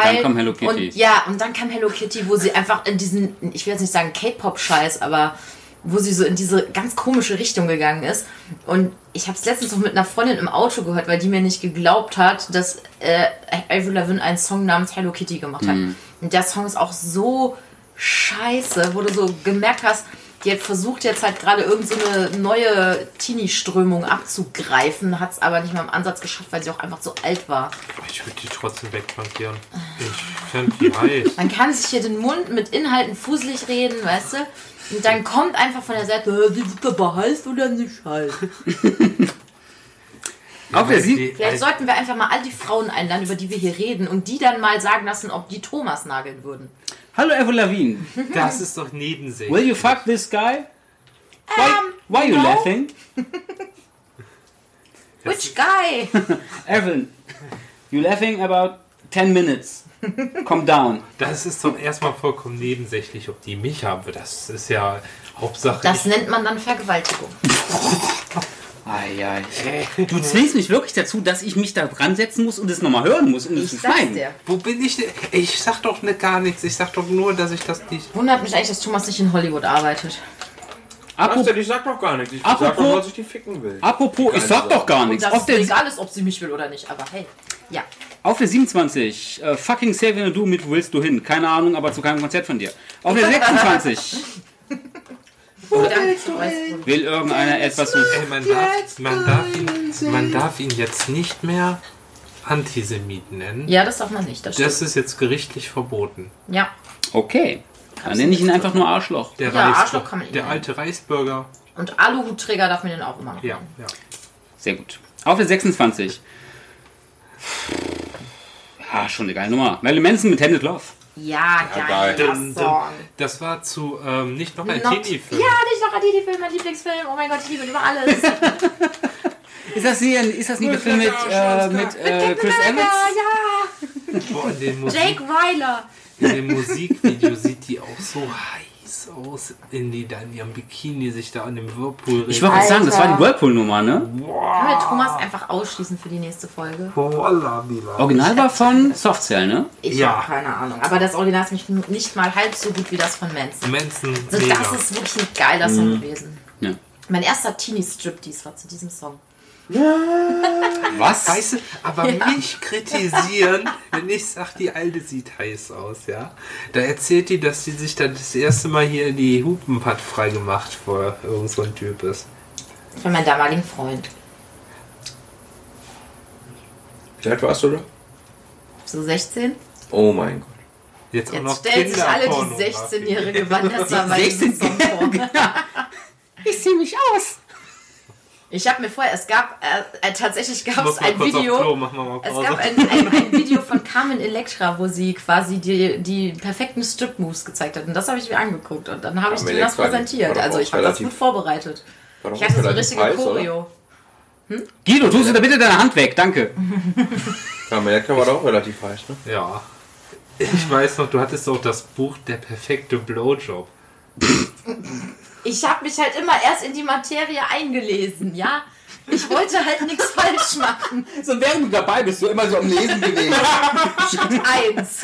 Teil. dann kam Hello Kitty. Und, ja, und dann kam Hello Kitty, wo sie einfach in diesen, ich will jetzt nicht sagen K-Pop-Scheiß, aber wo sie so in diese ganz komische Richtung gegangen ist. Und ich habe es letztens noch mit einer Freundin im Auto gehört, weil die mir nicht geglaubt hat, dass äh, Avril Lavigne einen Song namens Hello Kitty gemacht hat. Mhm. Und der Song ist auch so scheiße, wo du so gemerkt hast, die hat versucht jetzt halt gerade irgendeine so eine neue Teenie-Strömung abzugreifen, hat es aber nicht mal im Ansatz geschafft, weil sie auch einfach zu alt war. Ich würde die trotzdem wegflankieren. Ich fand die heiß. Man kann sich hier den Mund mit Inhalten fuselig reden, weißt du? Und dann kommt einfach von der Seite, äh, die wird aber heiß oder nicht heiß. Auf der sieb- Die- Vielleicht sollten wir einfach mal all die Frauen einladen, über die wir hier reden, und die dann mal sagen lassen, ob die Thomas nageln würden. Hallo Avril Lavigne. Das ist doch nebensächlich. Will you fuck this guy? Why, why you Um, no. laughing? Which guy? Avril, you laughing about 10 minutes. Come down. Das ist doch erstmal vollkommen nebensächlich, ob die mich haben. Das ist ja Hauptsache. Das ich, nennt man dann Vergewaltigung. Ei, ei. Du zwingst mich wirklich dazu, dass ich mich da dran setzen muss und es nochmal hören muss, um es zu Ich sag's schneiden. dir. wo bin ich denn? Ich sag doch ne, gar nichts. Ich sag doch nur, dass ich das nicht. Wundert mich eigentlich, dass Thomas nicht in Hollywood arbeitet. Was Apropos, denn? Ich sag doch gar nichts. Ich sag Apropos- doch, was ich die ficken will. apropos ich sag doch gar Und nichts. dass Auf es der, egal ist, ob sie mich will oder nicht, aber hey. Ja. auf der 27, äh, fucking Xavier Du mit Willst du hin? Keine Ahnung, aber zu keinem Konzert von dir. Auf der 26 Danke, ich weiß, wo- will irgendeiner etwas mit. Ey, man, darf, man, darf ihn, man darf ihn jetzt nicht mehr Antisemit nennen. ja, das darf man nicht. Das stimmt. Das ist jetzt gerichtlich verboten. Ja. Okay. Dann nenne ich ihn einfach nur Arschloch. Der, Ja, Reichsbur- Arschloch kann man ihn der nennen. alte Reichsbürger. Und Aluhutträger darf man den auch immer noch Ja, nennen. ja. Sehr gut. Auf der 26. Ja, Ah, schon eine geile Nummer. Marilyn Manson mit Handed Love. Ja, Ja, geil. geil. der Dum, Song. dum. Das war zu ähm, nicht noch ein Not, ja, nicht Teenie-Film. noch Aditi-Film, mein Lieblingsfilm. Oh mein Gott, ich liebe ihn über alles. Ja, Ist das, hier, ist das nicht der Film mit, äh, mit äh, Chris Evans? ja. Boah, in den Musik, Jake Weiler. in dem Musikvideo sieht die auch so heiß aus, in die da in ihrem Bikini sich da an dem Whirlpool Ich wollte gerade sagen, das war die Whirlpool-Nummer, ne? Können wir halt Thomas einfach ausschließen für die nächste Folge? Original war von Soft Cell, ne? Ich Ja. habe keine Ahnung. Aber das Original ist nicht, nicht mal halb so gut wie das von Manson. Manson, Also mega. Mhm. das ist wirklich ein geiler Song gewesen. Ja. Mein erster Teenie-Strip, dies war zu diesem Song. Was? Weißt du, aber mich kritisieren, wenn ich sag, die Alte sieht heiß aus, ja. Da erzählt die, dass sie sich dann das erste Mal hier in die Hupen hat freigemacht vor irgend so ein Typ ist. Von meinem damaligen Freund. Wie alt warst du da? So 16? Oh mein Gott. Jetzt, auch Jetzt noch ne? stellen sich alle die Kinderpornografie. 16-jährige Vanessa bei diesem 16 Song vor. Ich sehe mich aus. Ich habe mir vorher, es gab, äh, äh, tatsächlich gab es Muss mal ein kurz Auf Klo, Video. machen wir mal Es Pause. gab ein, ein, ein Video von Carmen Electra, wo sie quasi die, die perfekten Strip-Moves gezeigt hat. Und das habe ich mir angeguckt. Und dann habe ich Carmen dir das Electra, die war präsentiert. doch Also auch ich war das relativ- gut vorbereitet. War doch Ich hatte so relativ eine richtige heiß, Choreo. oder? Guido, tust du da bitte deine Hand weg, danke. Carmelka war doch auch relativ heiß, ne? ja. Ich weiß noch, du hattest auch das Buch Der perfekte Blowjob. Ich habe mich halt immer erst in die Materie eingelesen, ja? Ich wollte halt nichts falsch machen. So während du dabei bist, du immer so am Lesen gewesen. Schritt 1.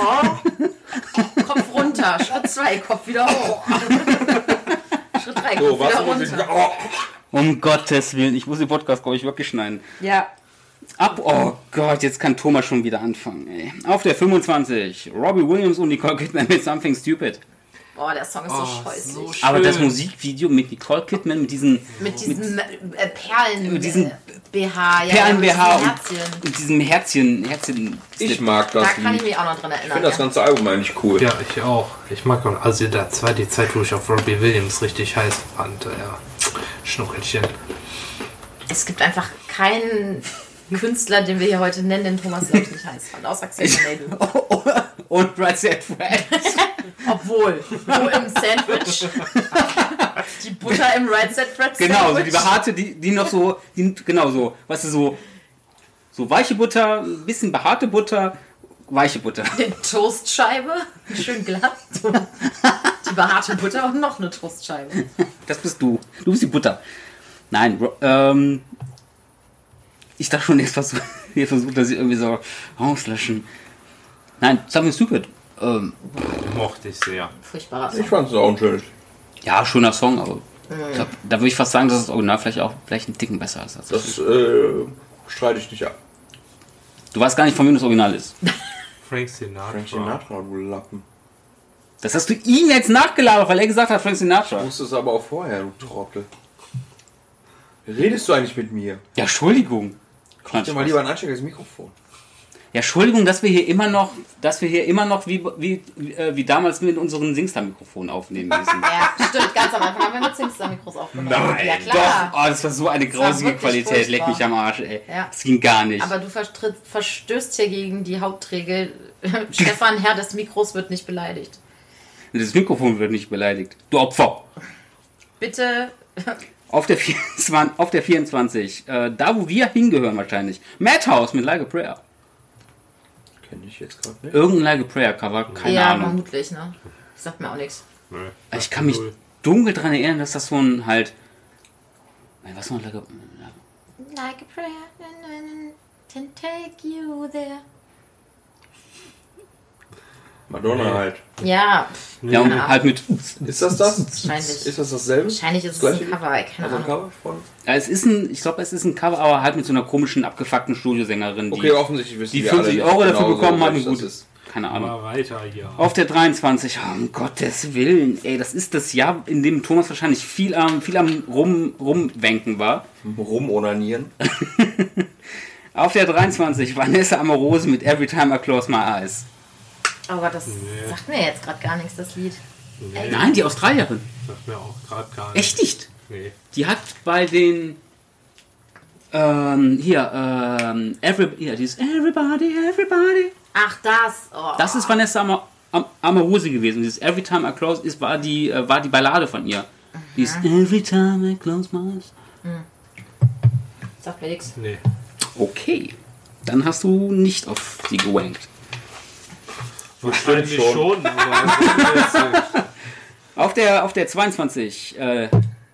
Kopf runter. Schritt 2. Kopf wieder hoch. Schritt 3. Kopf So, was wieder muss ich. runter. Oh. Um Gottes Willen, ich muss den Podcast, glaube ich, wirklich schneiden. Ja. Ab, oh Gott, jetzt kann Thomas schon wieder anfangen, ey. Auf der 25, Robbie Williams und Nicole Kidman mit Something Stupid. Boah, der Song ist so Oh, scheußlich. so schön. Aber das Musikvideo mit Nicole Kidman, mit diesen mit diesem äh, Perlen Mit diesem äh, BH, ja, Perlen BH mit und, diesem Herzchen. und diesem Herzchen, Herzchen. Ich mag Da das kann ich Lied. Ich mich auch noch dran erinnern. finde das ganze Album eigentlich cool. Ja, ich auch. Ich mag auch. Also da zwei die Zeit, wo ich auf Robbie Williams richtig heiß fand. äh, Ja. Schnuckelchen. ja. Es gibt einfach keinen Künstler, den wir hier heute nennen, den Thomas Leif nicht heiß fand. Außer Xenia und Brad Set Fred. Obwohl, nur im Sandwich. Die Butter im Right Set Fred Genau, so die Sandwich. behaarte, die, die noch so, die, genau so, weißt du, so, so weiche Butter, ein bisschen behaarte Butter, weiche Butter. Den Toastscheibe, schön glatt. Die behaarte Butter und noch eine Toastscheibe. Das bist du. Du bist die Butter. Nein, Ro- ähm, ich dachte schon, jetzt versucht, jetzt versucht dass ich irgendwie so auslöschen. Nein, something stupid. Ähm, Mochte ich sehr. Furchtbarer Ich Song. fand es auch ein schönes Lied. ja, schöner Song, aber ich glaub, da würde ich fast sagen, dass das Original vielleicht auch vielleicht einen Ticken besser ist. Also, Das äh, streite ich nicht ab. du weißt gar nicht, von wem das Original ist. Frank Sinatra. Frank Sinatra, du Lappen. Das hast du ihm jetzt nachgelabert, weil er gesagt hat, Frank Sinatra. Wusstest aber auch vorher, du Trottel. Redest du eigentlich mit mir? Ja, Entschuldigung. Nein, Gib dir mal Spaß. lieber ein anständiges Mikrofon. Ja, Entschuldigung, dass wir hier immer noch, dass wir hier immer noch wie, wie, äh, wie damals mit unseren Singstar-Mikrofonen aufnehmen müssen. Ja, stimmt, ganz am Anfang haben wir mit Singstar-Mikros aufgenommen. ja, klar. Doch. Oh, das war so eine war grausige wirklich Qualität. Leck furchtbar. mich am Arsch, ey. Ja. Das ging gar nicht. Aber du verstritt- verstößt hier gegen die Hauptregel. Stefan, Herr des Mikros, wird nicht beleidigt. das Mikrofon wird nicht beleidigt. Du Opfer. Bitte. Auf der 24, auf der 24 äh, da wo wir hingehören wahrscheinlich. Madhouse mit Like a Prayer. Kenn ich jetzt gerade nicht. Irgendein Like a Prayer Cover, keine ja, Ahnung. vermutlich, ne? Sagt mir auch nichts. Nee. Ich kann mich dunkel daran erinnern, dass das so ein halt. Ey, Was noch Like a Like a prayer can take you there. Madonna halt. Ja, pff, ja, und Ja. halt mit. Ist das das? Wahrscheinlich. Ist das dasselbe? wahrscheinlich ist es Gleiche ein Cover, keine Also ein Ahnung. Cover von. Ja, es ist ein, ich glaube, es ist ein Cover, aber halt mit so einer komischen, abgefuckten Studiosängerin, die, Okay, offensichtlich wissen die wir alle 50 nicht Euro dafür genau bekommen so, hat. und welches Gut, das ist. ist. Keine Ahnung. Mal weiter hier. Auf der 23, oh, um Gottes Willen, ey, das ist das Jahr, in dem Thomas wahrscheinlich viel am, viel am rum, Rumwenken war. Hm, Rumonanieren. Auf der 23, Vanessa Amorose mit Every Time I Close My Eyes. Aber das sagt mir jetzt gerade gar nichts, das Lied. Nee, Nein, die Australierin. sagt mir auch gerade gar nicht. Echt nicht. Nee. Die hat bei den, ähm, hier, ähm, every, ja, dieses Everybody, Everybody. Ach, das. Oh. Das ist Vanessa Am Am Amorose gewesen. Dieses Every Time I Close ist, war, die, äh, war die Ballade von ihr. Dieses Mhm. Every Time I Close My Eyes. Sagt mir nichts. Nee. Okay. Dann hast du nicht auf die gewankt. Wahrscheinlich schon. schon, aber Auf der, auf der 22, äh,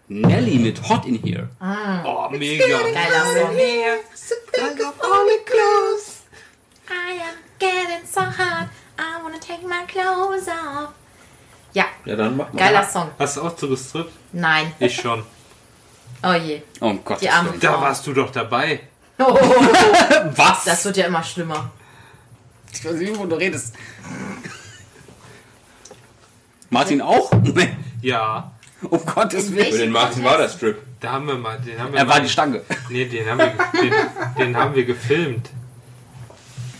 Nelly mit Hot in Here. oh, mega. Geiler Song. I am getting so hot. I wanna take my clothes off. Ja, Ja, dann mach mal. geiler Song. Hast du auch zu gestrippt? Nein. Ich schon. Oh je. Oh Gott. Die arme Da Frau. warst du doch dabei. Oh, Was? das wird ja immer schlimmer. ich weiß nicht, wovon du redest. Martin auch? Nee. Ja, Um Gottes Für Willen. den Martin war das Strip. da haben wir mal. Den haben wir Er war mal, die Stange. Nee, den haben, wir, ge- den, den haben wir gefilmt.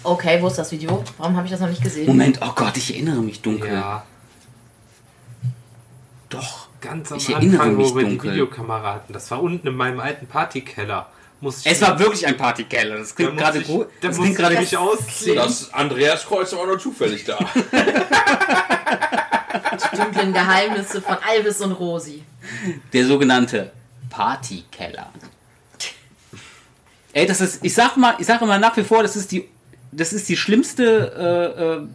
Okay, wo ist das Video? Warum habe ich das noch nicht gesehen? Moment, oh Gott, ich erinnere mich dunkel. Ja, Doch. ganz am Ich erinnere Anfang, wo mich wir die dunkel. Videokamera hatten. Das war unten in meinem alten Partykeller. Muss ich Es war wirklich ein Partykeller. Das da klingt muss gerade ich- gut. Da Das muss klingt gerade ich mich ausziehen. Das Andreas Kreuz war nur zufällig da. Die dunklen Geheimnisse von Alvis und Rosi. der sogenannte Partykeller. Ey, das ist, ich sag mal, ich sage mal nach wie vor, das ist die, das ist die schlimmste äh, äh,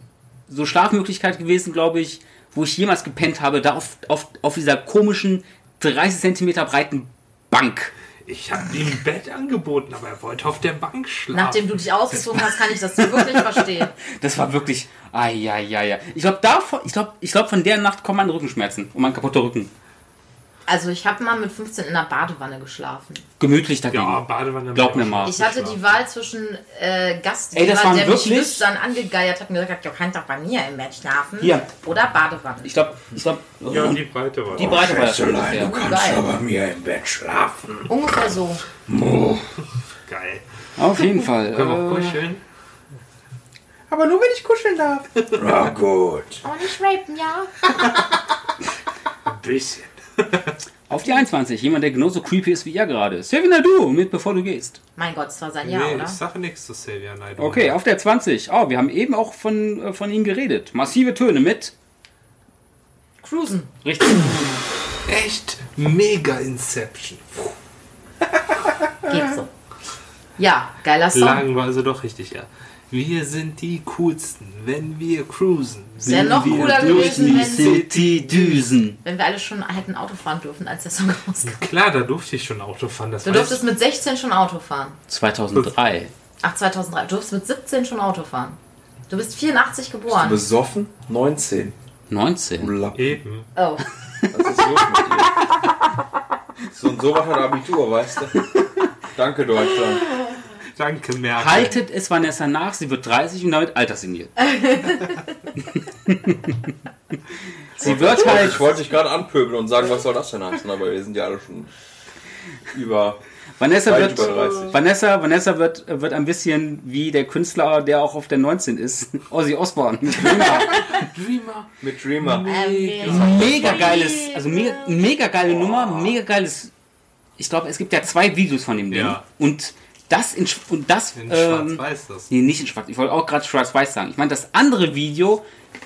so Schlafmöglichkeit gewesen, glaube ich, wo ich jemals gepennt habe, da auf, auf, auf dieser komischen 30 Zentimeter breiten Bank. Ich habe ihm Bett angeboten, aber er wollte auf der Bank schlafen. Nachdem du dich ausgezogen hast, kann ich das so wirklich verstehen. Das war wirklich, ah ja ja ja. Ich glaube davon, ich glaube, ich glaube von der Nacht kommen meine Rückenschmerzen und mein kaputter Rücken. Also ich habe mal mit 15 in einer Badewanne geschlafen. Gemütlich dagegen. ja, Oh, Badewanne. Glaub mir mal. Ich hatte die Wahl zwischen äh, Ey, das Gastgeber, waren der mich wirklich- nüchtern angegeiert hat und gesagt hat, du kannst doch bei mir im Bett schlafen. Hier. Oder Badewanne. Ich glaube, ich glaube, Ja, die Breite war. die Breite war das ungefähr. Geil. bei mir im Bett schlafen. Ungefähr so. Geil. Auf jeden Fall. Können wir äh, auch kuscheln? Aber nur wenn ich kuscheln darf. Na gut. Oh, Und nicht rapen, ja? Ein bisschen. äh, Auf die 21, jemand, der genauso creepy ist wie ihr gerade. Saving du mit bevor du gehst. Mein Gott, es war sein Jahr, nee, oder? ich sage nichts zu Sylvia Neid. Okay, auf der 20. Oh, wir haben eben auch von, äh, von ihnen geredet. Massive Töne mit. Cruisen. Richtig. Echt mega Inception. Geht so. Ja, geiler Song. Lagen war also doch richtig, ja. Wir sind die coolsten, wenn wir cruisen. Wäre noch Wir cooler durch gewesen, die wenn, City Düsen. wenn wir alle schon hätten Auto fahren dürfen, als der Song rauskam. Klar, da durfte ich schon Auto fahren. Das Du weiß durftest mit 16 schon Auto fahren. 2003. Ach, 2003. Du durftest mit 17 schon Auto fahren. Du bist 84 geboren. Besoffen? 19. 19. ich eben. oh. Was ist los mit dir? So und sowas hat Abitur, weißt du? Danke, Deutschland. Danke, Merkel. Haltet es Vanessa nach, sie wird 30 und damit alterssigniert. sie wird Ich halt. wollte dich gerade anpöbeln und sagen, was soll das denn heißen, aber wir sind ja alle schon über. Vanessa Weit wird, über 30. Vanessa, Vanessa wird, wird ein bisschen wie der Künstler, der auch auf der 19 ist. Ozzy Osbourne. Dreamer. Mit Dreamer. mega geiles, also mega, mega geile Nummer, mega geiles. Ich glaube, es gibt ja zwei Videos von dem Ding. Ja. Und das in Sch- und das In ähm, Schwarz-Weiß das. nee, nicht in Schwarz. Ich wollte auch gerade Schwarz-Weiß sagen. Ich meine das andere Video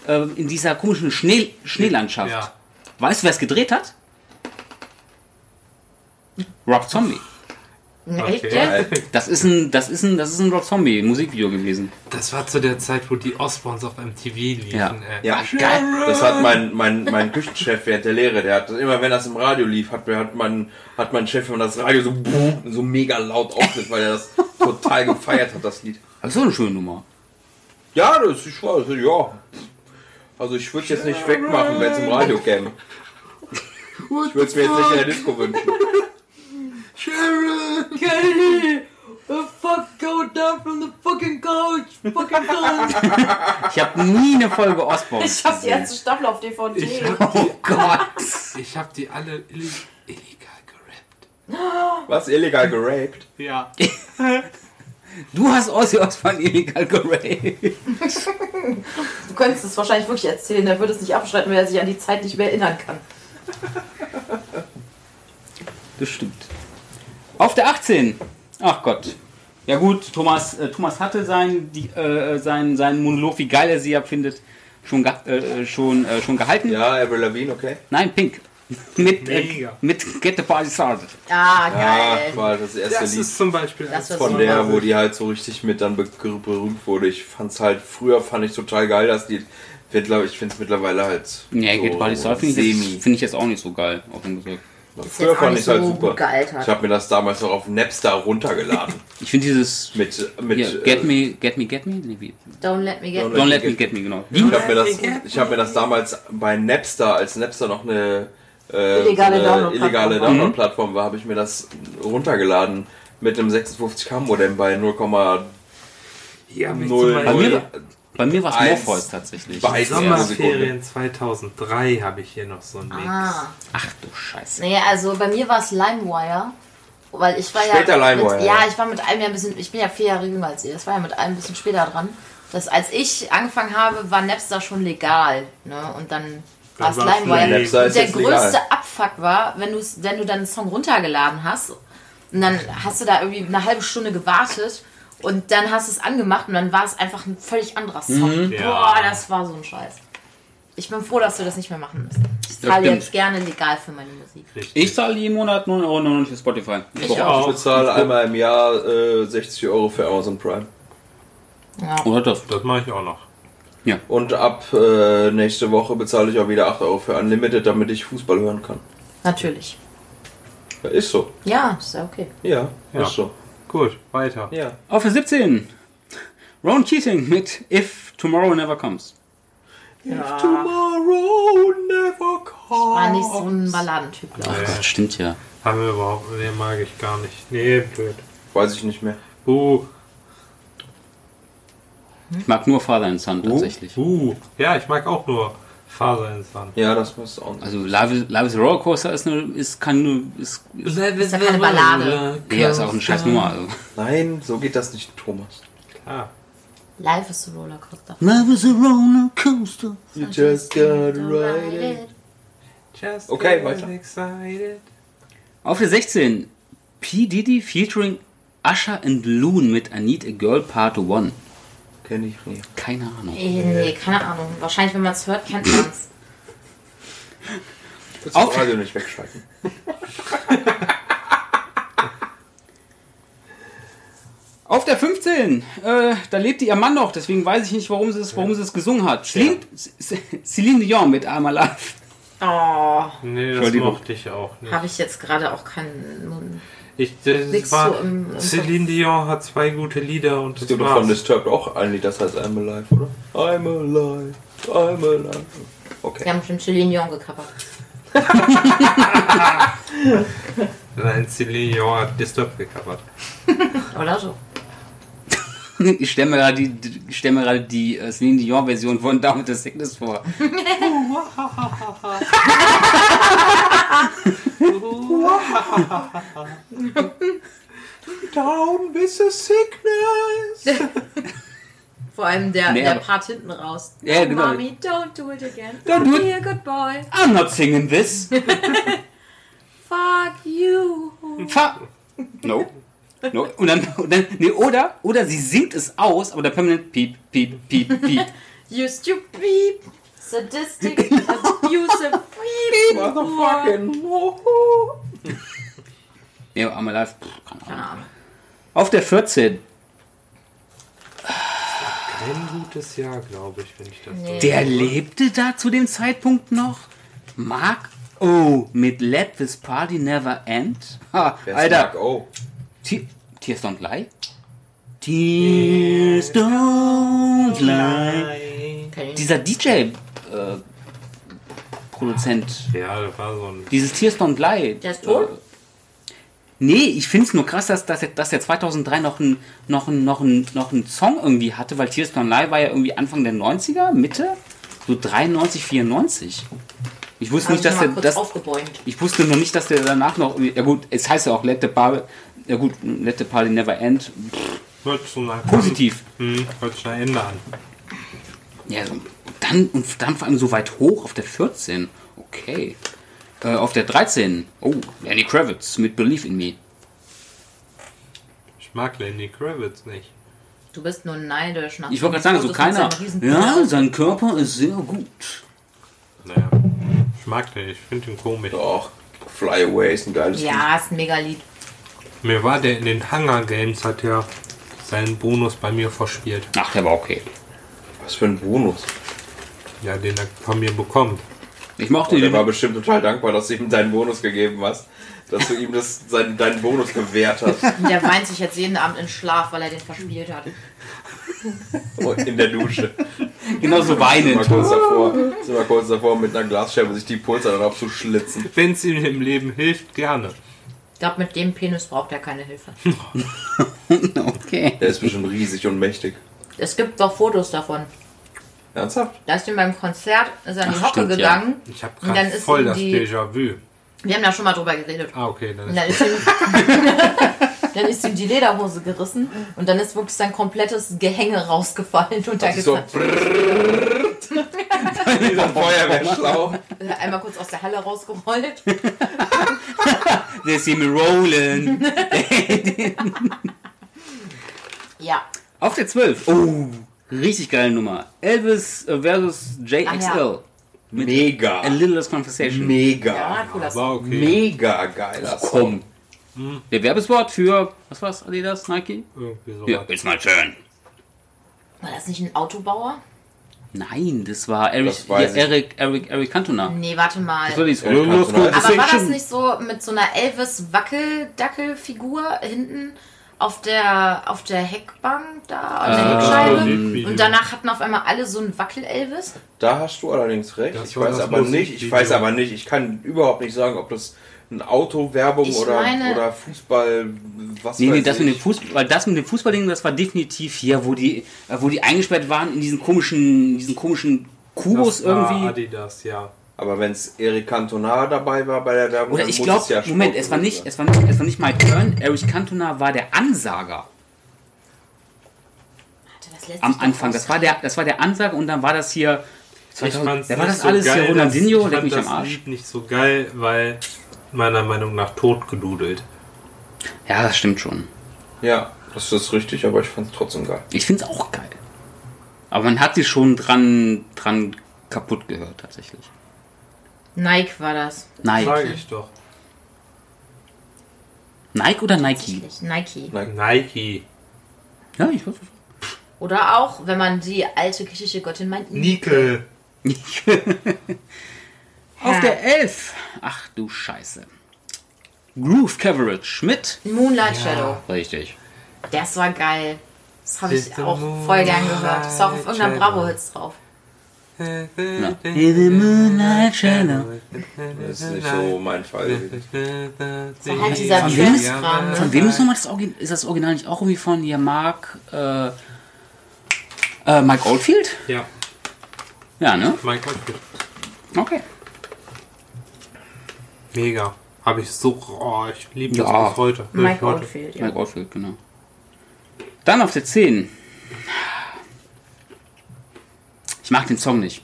ähm, in dieser komischen Schnee, Schneelandschaft. Ja. Weißt du, wer es gedreht hat? Rob Zombie. Echt Okay. also- jetzt? Das ist ein, das ist ein, das ist ein Rob Zombie Musikvideo gewesen. Das war zu der Zeit, wo die Osborns auf MTV liefen. äh. Ja. Ey. Ja, geil. Das hat mein, mein, mein Küchenchef während der Lehre, der hat das immer, wenn das im Radio lief, hat, hat, mein, hat mein Chef immer das Radio so, boom, so mega laut aufgesetzt, weil er das total gefeiert hat, das Lied. Das ist so eine schöne Nummer. Ja, das ist schon, also, ja. Also ich würde es jetzt nicht wegmachen, wenn es im Radio käme. Ich würde es mir jetzt nicht in der Disco wünschen. Ich habe nie eine Folge Osborne. Ich hab die erste Staffel auf DVD. Ich hab, Oh Gott. ich hab die alle ill- illegal gerappt. Was illegal geraped? Ja. Du hast Ozzy Osbourne illegal geraped. Du könntest es wahrscheinlich wirklich erzählen, der würde es nicht abschreiten, weil er sich an die Zeit nicht mehr erinnern kann. Das stimmt. Auf der 18. Ach Gott. Ja gut, Thomas, äh, Thomas hatte seinen, die, äh, seinen, seinen Monolog, wie geil er sie ja findet, schon, ge äh, äh, schon, äh, schon gehalten. Ja, Avril Lavigne, okay. Nein, Pink. Mit, äh, Mega. mit Get the Party Started. Ah, Ja, geil. war das erste Das Lied. ist zum Beispiel Das eins war Von so der, wo die halt so richtig mit dann be- berühmt wurde. Ich fand's halt, früher fand ich total geil, das Lied. Mittler- Ich find's mittlerweile halt. Nee, Get the Party Started finde ich, semi. jetzt- finde ich jetzt auch nicht so geil, offen gesagt. Früher jetzt auch fand nicht ich's halt so super. gut gealtert. Ich habe mir das damals noch auf Napster runtergeladen. Ich finde dieses mit mit hier, Get äh, Me, Get Me, Get Me? Nee, wie? Don't let me get Don't Don't Let Me Get Me, genau. Die, Ich habe mir, das- ich hab mir das damals bei Napster, als Napster noch eine äh, äh, Illegale so eine Download-Plattform illegale war. Download-Plattform war, habe ich mir das runtergeladen mit einem 56K-Modem bei 0,0. Ja, mich Null. zum Bei Beispiel- mir, bei mir war es Eins. Morpheus tatsächlich. Bei- Ach Weiß ich erst. Sommerferien 2003 habe ich hier noch so einen Mix. Ah. du Scheiße. Nee, also bei mir war es LimeWire. Weil ich war Später ja. LimeWire, Mit, ja. ja, ich war mit einem Jahr ein bisschen, ich bin ja vier Jahre jünger als ihr, das war ja mit einem ein bisschen später dran. Das, als ich angefangen habe, war Napster schon legal. Ne? Und dann war es Dann war's LimeWire. legal. Napster Und ist der jetzt größte legal. Abfuck war, wenn, du's- wenn du deinen Song runtergeladen hast und dann hast du da irgendwie eine halbe Stunde gewartet und dann hast du es angemacht und dann war es einfach ein völlig anderer Song. Mhm. Ja. Boah, das war so ein Scheiß. Ich bin froh, dass wir das nicht mehr machen müssen. Ich zahle stimmt. jetzt gerne legal für meine Musik. Ich zahle jeden Monat 9,99 Euro für Spotify. Ich Boah. Ich bezahle einmal im Jahr äh, 60 Euro für Amazon Prime. Ja. Oder das? Das mache ich auch noch. Und ab äh, nächste Woche bezahle ich auch wieder 8 Euro für Unlimited, damit ich Fußball hören kann. Natürlich. Ja, ist so. Ja, ist ja okay. Ja, Ja. ist so. Gut, weiter. Ja. Auf der 17. Ron Keating mit If Tomorrow Never Comes. Tomorrow never comes. Oh. War nicht so ein Balladentyp, glaube Nee, Das stimmt ja. haben wir überhaupt, nee, mag ich gar nicht. Nee, blöd. Weiß ich nicht mehr. Uh, Ich mag nur Father and Oh. Son tatsächlich. uh. Ja, ich mag auch nur Faser ins Land. Ja, das muss auch nicht. Also Love is, Love is a Rollercoaster ist eine, ist keine, ist, ist, ja keine Ballade. ja, ist auch eine scheiß Nummer. Also. Nein, so geht das nicht, Thomas. Ah, ich. Life is a Rollercoaster. Love is a Rollercoaster. You just gotta ride it. just Okay, get weiter. Excited. Auf der 16. P. Diddy featuring Usher and Loon mit I Need a Girl Part 1. Kenn ich nicht. Keine Ahnung. Nee, nee, keine Ahnung. Wahrscheinlich, wenn man es hört, kennt man es. Kannst Auf- das Radio nicht wegschalten. Auf der 15. Äh, da lebte ihr Mann noch, deswegen weiß ich nicht, warum sie es, warum sie es gesungen hat. Celine, C- Celine Dion mit I'm Alive. Oh, Nee, das Entschuldigung. mochte ich auch nicht. habe ich jetzt gerade auch keinen Mund. Ich, das Nix war, so im- im Celine Dion hat zwei gute Lieder und Es das gibt doch von war's. Disturbed auch ein Lied, das heißt I'm Alive, oder? I'm Alive, I'm Alive. Wir Okay. haben schon Celine Dion gecovert. Nein, Celine Dion hat Disturbed gecovert. Oder so. Ich stelle mir gerade die, ich stell mir gerade die äh, Celine Dion-Version von Down with the Sickness vor. Down with the sickness. Vor allem der, Nee, der aber- Part hinten raus. Oh, Ja, genau. Mommy, don't do it again. Don't do it. Be a good boy. I'm not singing this. Fuck you. Fa no. No. Und dann, und dann nee, oder, oder sie singt es aus, aber der Permanent piep, piep, piep, piep. You stupid, sadistic, Genau. abusive people. Motherfucking. Nee, I'm alive. Pff, keine Ahnung. Keine Ahnung. Auf der 14. Ein gutes Jahr, glaube ich, wenn ich das Nee. Der lebte da zu dem Zeitpunkt noch? Mark O. mit Let This Party Never End? Ha, Wer oh, ist Mark Alter. O? Te- Tears Don't Lie? Tears Don't Lie. Kenn ich nicht. Dieser äh, DJ-Produzent. Ja, das war so ein. Dieses Tears Don't Lie. Der ist tot? Äh, Nee, ich find's nur krass, dass, dass, er- dass er 2003 noch einen noch ein, noch ein, noch ein Song irgendwie hatte, weil Tears Don't Lie war ja irgendwie Anfang der 90er, Mitte, so 93, 94. Ich wusste Hab nicht, dass ich der, mal kurz dass, aufgebäumt. ich wusste noch nicht, dass der danach noch, irgendwie- ja gut, es heißt ja auch Let the Bar, ja gut, Let the Party Never End, Hört schon nach positiv. Hm, hört schon nach Ende an. Ja, so, dann, und dann vor allem so weit hoch auf der 14, okay. Äh, auf der 13, oh, Lenny Kravitz mit Believe in Me. Ich mag Lenny Kravitz nicht. Du bist nur neidisch nach Ich wollte gerade sagen, so keiner. Ja, Ja, sein Körper ist sehr gut. Naja. Ich mag den, ich finde den komisch. Doch. Fly Away ist ein geiles Lied. ja, ist ein Megalied. Mir war der in den Hunger Games, hat ja seinen Bonus bei mir verspielt. Ach, der war okay. Was für ein Bonus. Ja, den er von mir bekommt. Ich mochte Und er war den. bestimmt total dankbar, dass du ihm deinen Bonus gegeben hast. Dass du ihm das, seinen, deinen Bonus gewährt hast. Und der weint sich jetzt jeden Abend in Schlaf, weil er den verspielt hat. In der Dusche. Genauso Sind wir weinend. kurz davor, sind wir kurz davor, mit einer Glasscherbe sich die Pulse darauf zu schlitzen. Wenn es ihm im Leben hilft, gerne. Ich glaube, mit dem Penis braucht er keine Hilfe. Okay. Der ist bestimmt riesig und mächtig. Es gibt doch Fotos davon. Ernsthaft? Da ist ihm beim Konzert ist er in die Ach, Hocke stimmt, ja. gegangen. Ich habe Und dann gerade ist voll ihm das die- Déjà-vu. Wir haben da schon mal drüber geredet. Ah, okay, dann Und ist dann ist, ihm, dann ist ihm die Lederhose gerissen und dann ist wirklich sein komplettes Gehänge rausgefallen und da Das ist so gesagt, brrrrt. Dieser Feuerwehrschlauch. einmal kurz aus der Halle rausgerollt. Der ist hier mit Rollen. Ja, Auf der 12. Oh, richtig geile Nummer. Elvis äh, versus Ach JXL. ja. Mit Mega. A Little Less Conversation. Mega. ja, cooler Song. aber okay. Mega geiler Song. Komm. Der Werbespot für, was war's, Adidas, Nike? Irgendwie so. Ja, ist mal schön. War das nicht ein Autobauer? Nein, das war Eric, Das weiß hier, Eric, Eric, Eric Cantona. Nee, warte mal. Das war dieses Eric Little Less Cantona. Conversation. Aber war das nicht so mit so einer Elvis-Wackeldackel-Figur hinten auf der, auf der Heckbank da, an der Äh, Heckscheibe? Musikvideo. Und danach hatten auf einmal alle so einen Wackel-Elvis? Da hast du allerdings recht. Das ich war weiß das aber nicht, ich Musikvideo. weiß aber nicht, ich kann überhaupt nicht sagen, ob das eine Autowerbung Ich oder, meine- oder Fußball, was Nee, weiß nee, das mit, ich. dem Fußball, weil das mit dem Fußballding, das war definitiv hier, wo die, äh, wo die eingesperrt waren in diesen komischen, diesen komischen Kubus Das war irgendwie. Adidas, ja. Aber wenn es Eric Cantona dabei war bei der Werbung, Oder dann ich muss glaube, es ja Sport Moment, es war gewesen nicht, sein. es war nicht, es war nicht Mike Turn, Eric Cantona war der Ansager Alter, das lässt am sich doch Anfang. Das war der, das war der Ansager und dann war das hier. Ich fand's da war nicht das alles hier Ronaldinho, leck dass- ich fand mich das am Arsch. Lied nicht so geil, weil meiner Meinung nach tot gedudelt. Ja, das stimmt schon. Ja, das ist richtig, aber ich fand es trotzdem geil. Ich find's auch geil. Aber man hat sie schon dran, dran kaputt gehört, tatsächlich. Nike war das. Sag Nike. ich doch. Nike oder Nike? Nike. Nike. Ja, ich weiß es. Oder auch, wenn man die alte griechische Göttin meint, Nike. nicht. Auf der 11. Ach du Scheiße. Groove Coverage mit. Moonlight Shadow. Richtig. Das war geil. Das habe ich It's a auch voll gern gehört. Das ist auch auf moonlight irgendeinem shadow. Bravo-Hits drauf. Ja. In the moonlight shadow. Das ist nicht so mein Fall. war halt dieser Von wem ist- Trance-Kram, ne? Von wem ist nochmal das Original? Ist das Original nicht auch irgendwie von hier Mark, äh, äh, Mike Oldfield? Ja, Ja, ne? mein Gott. Okay. Mega. Habe ich so. Oh, ich liebe das Ja. bis heute. Hör ich Mike heute. Oldfield, ja. Mike Oldfield, genau. Dann auf der 10. Ich mag den Song nicht.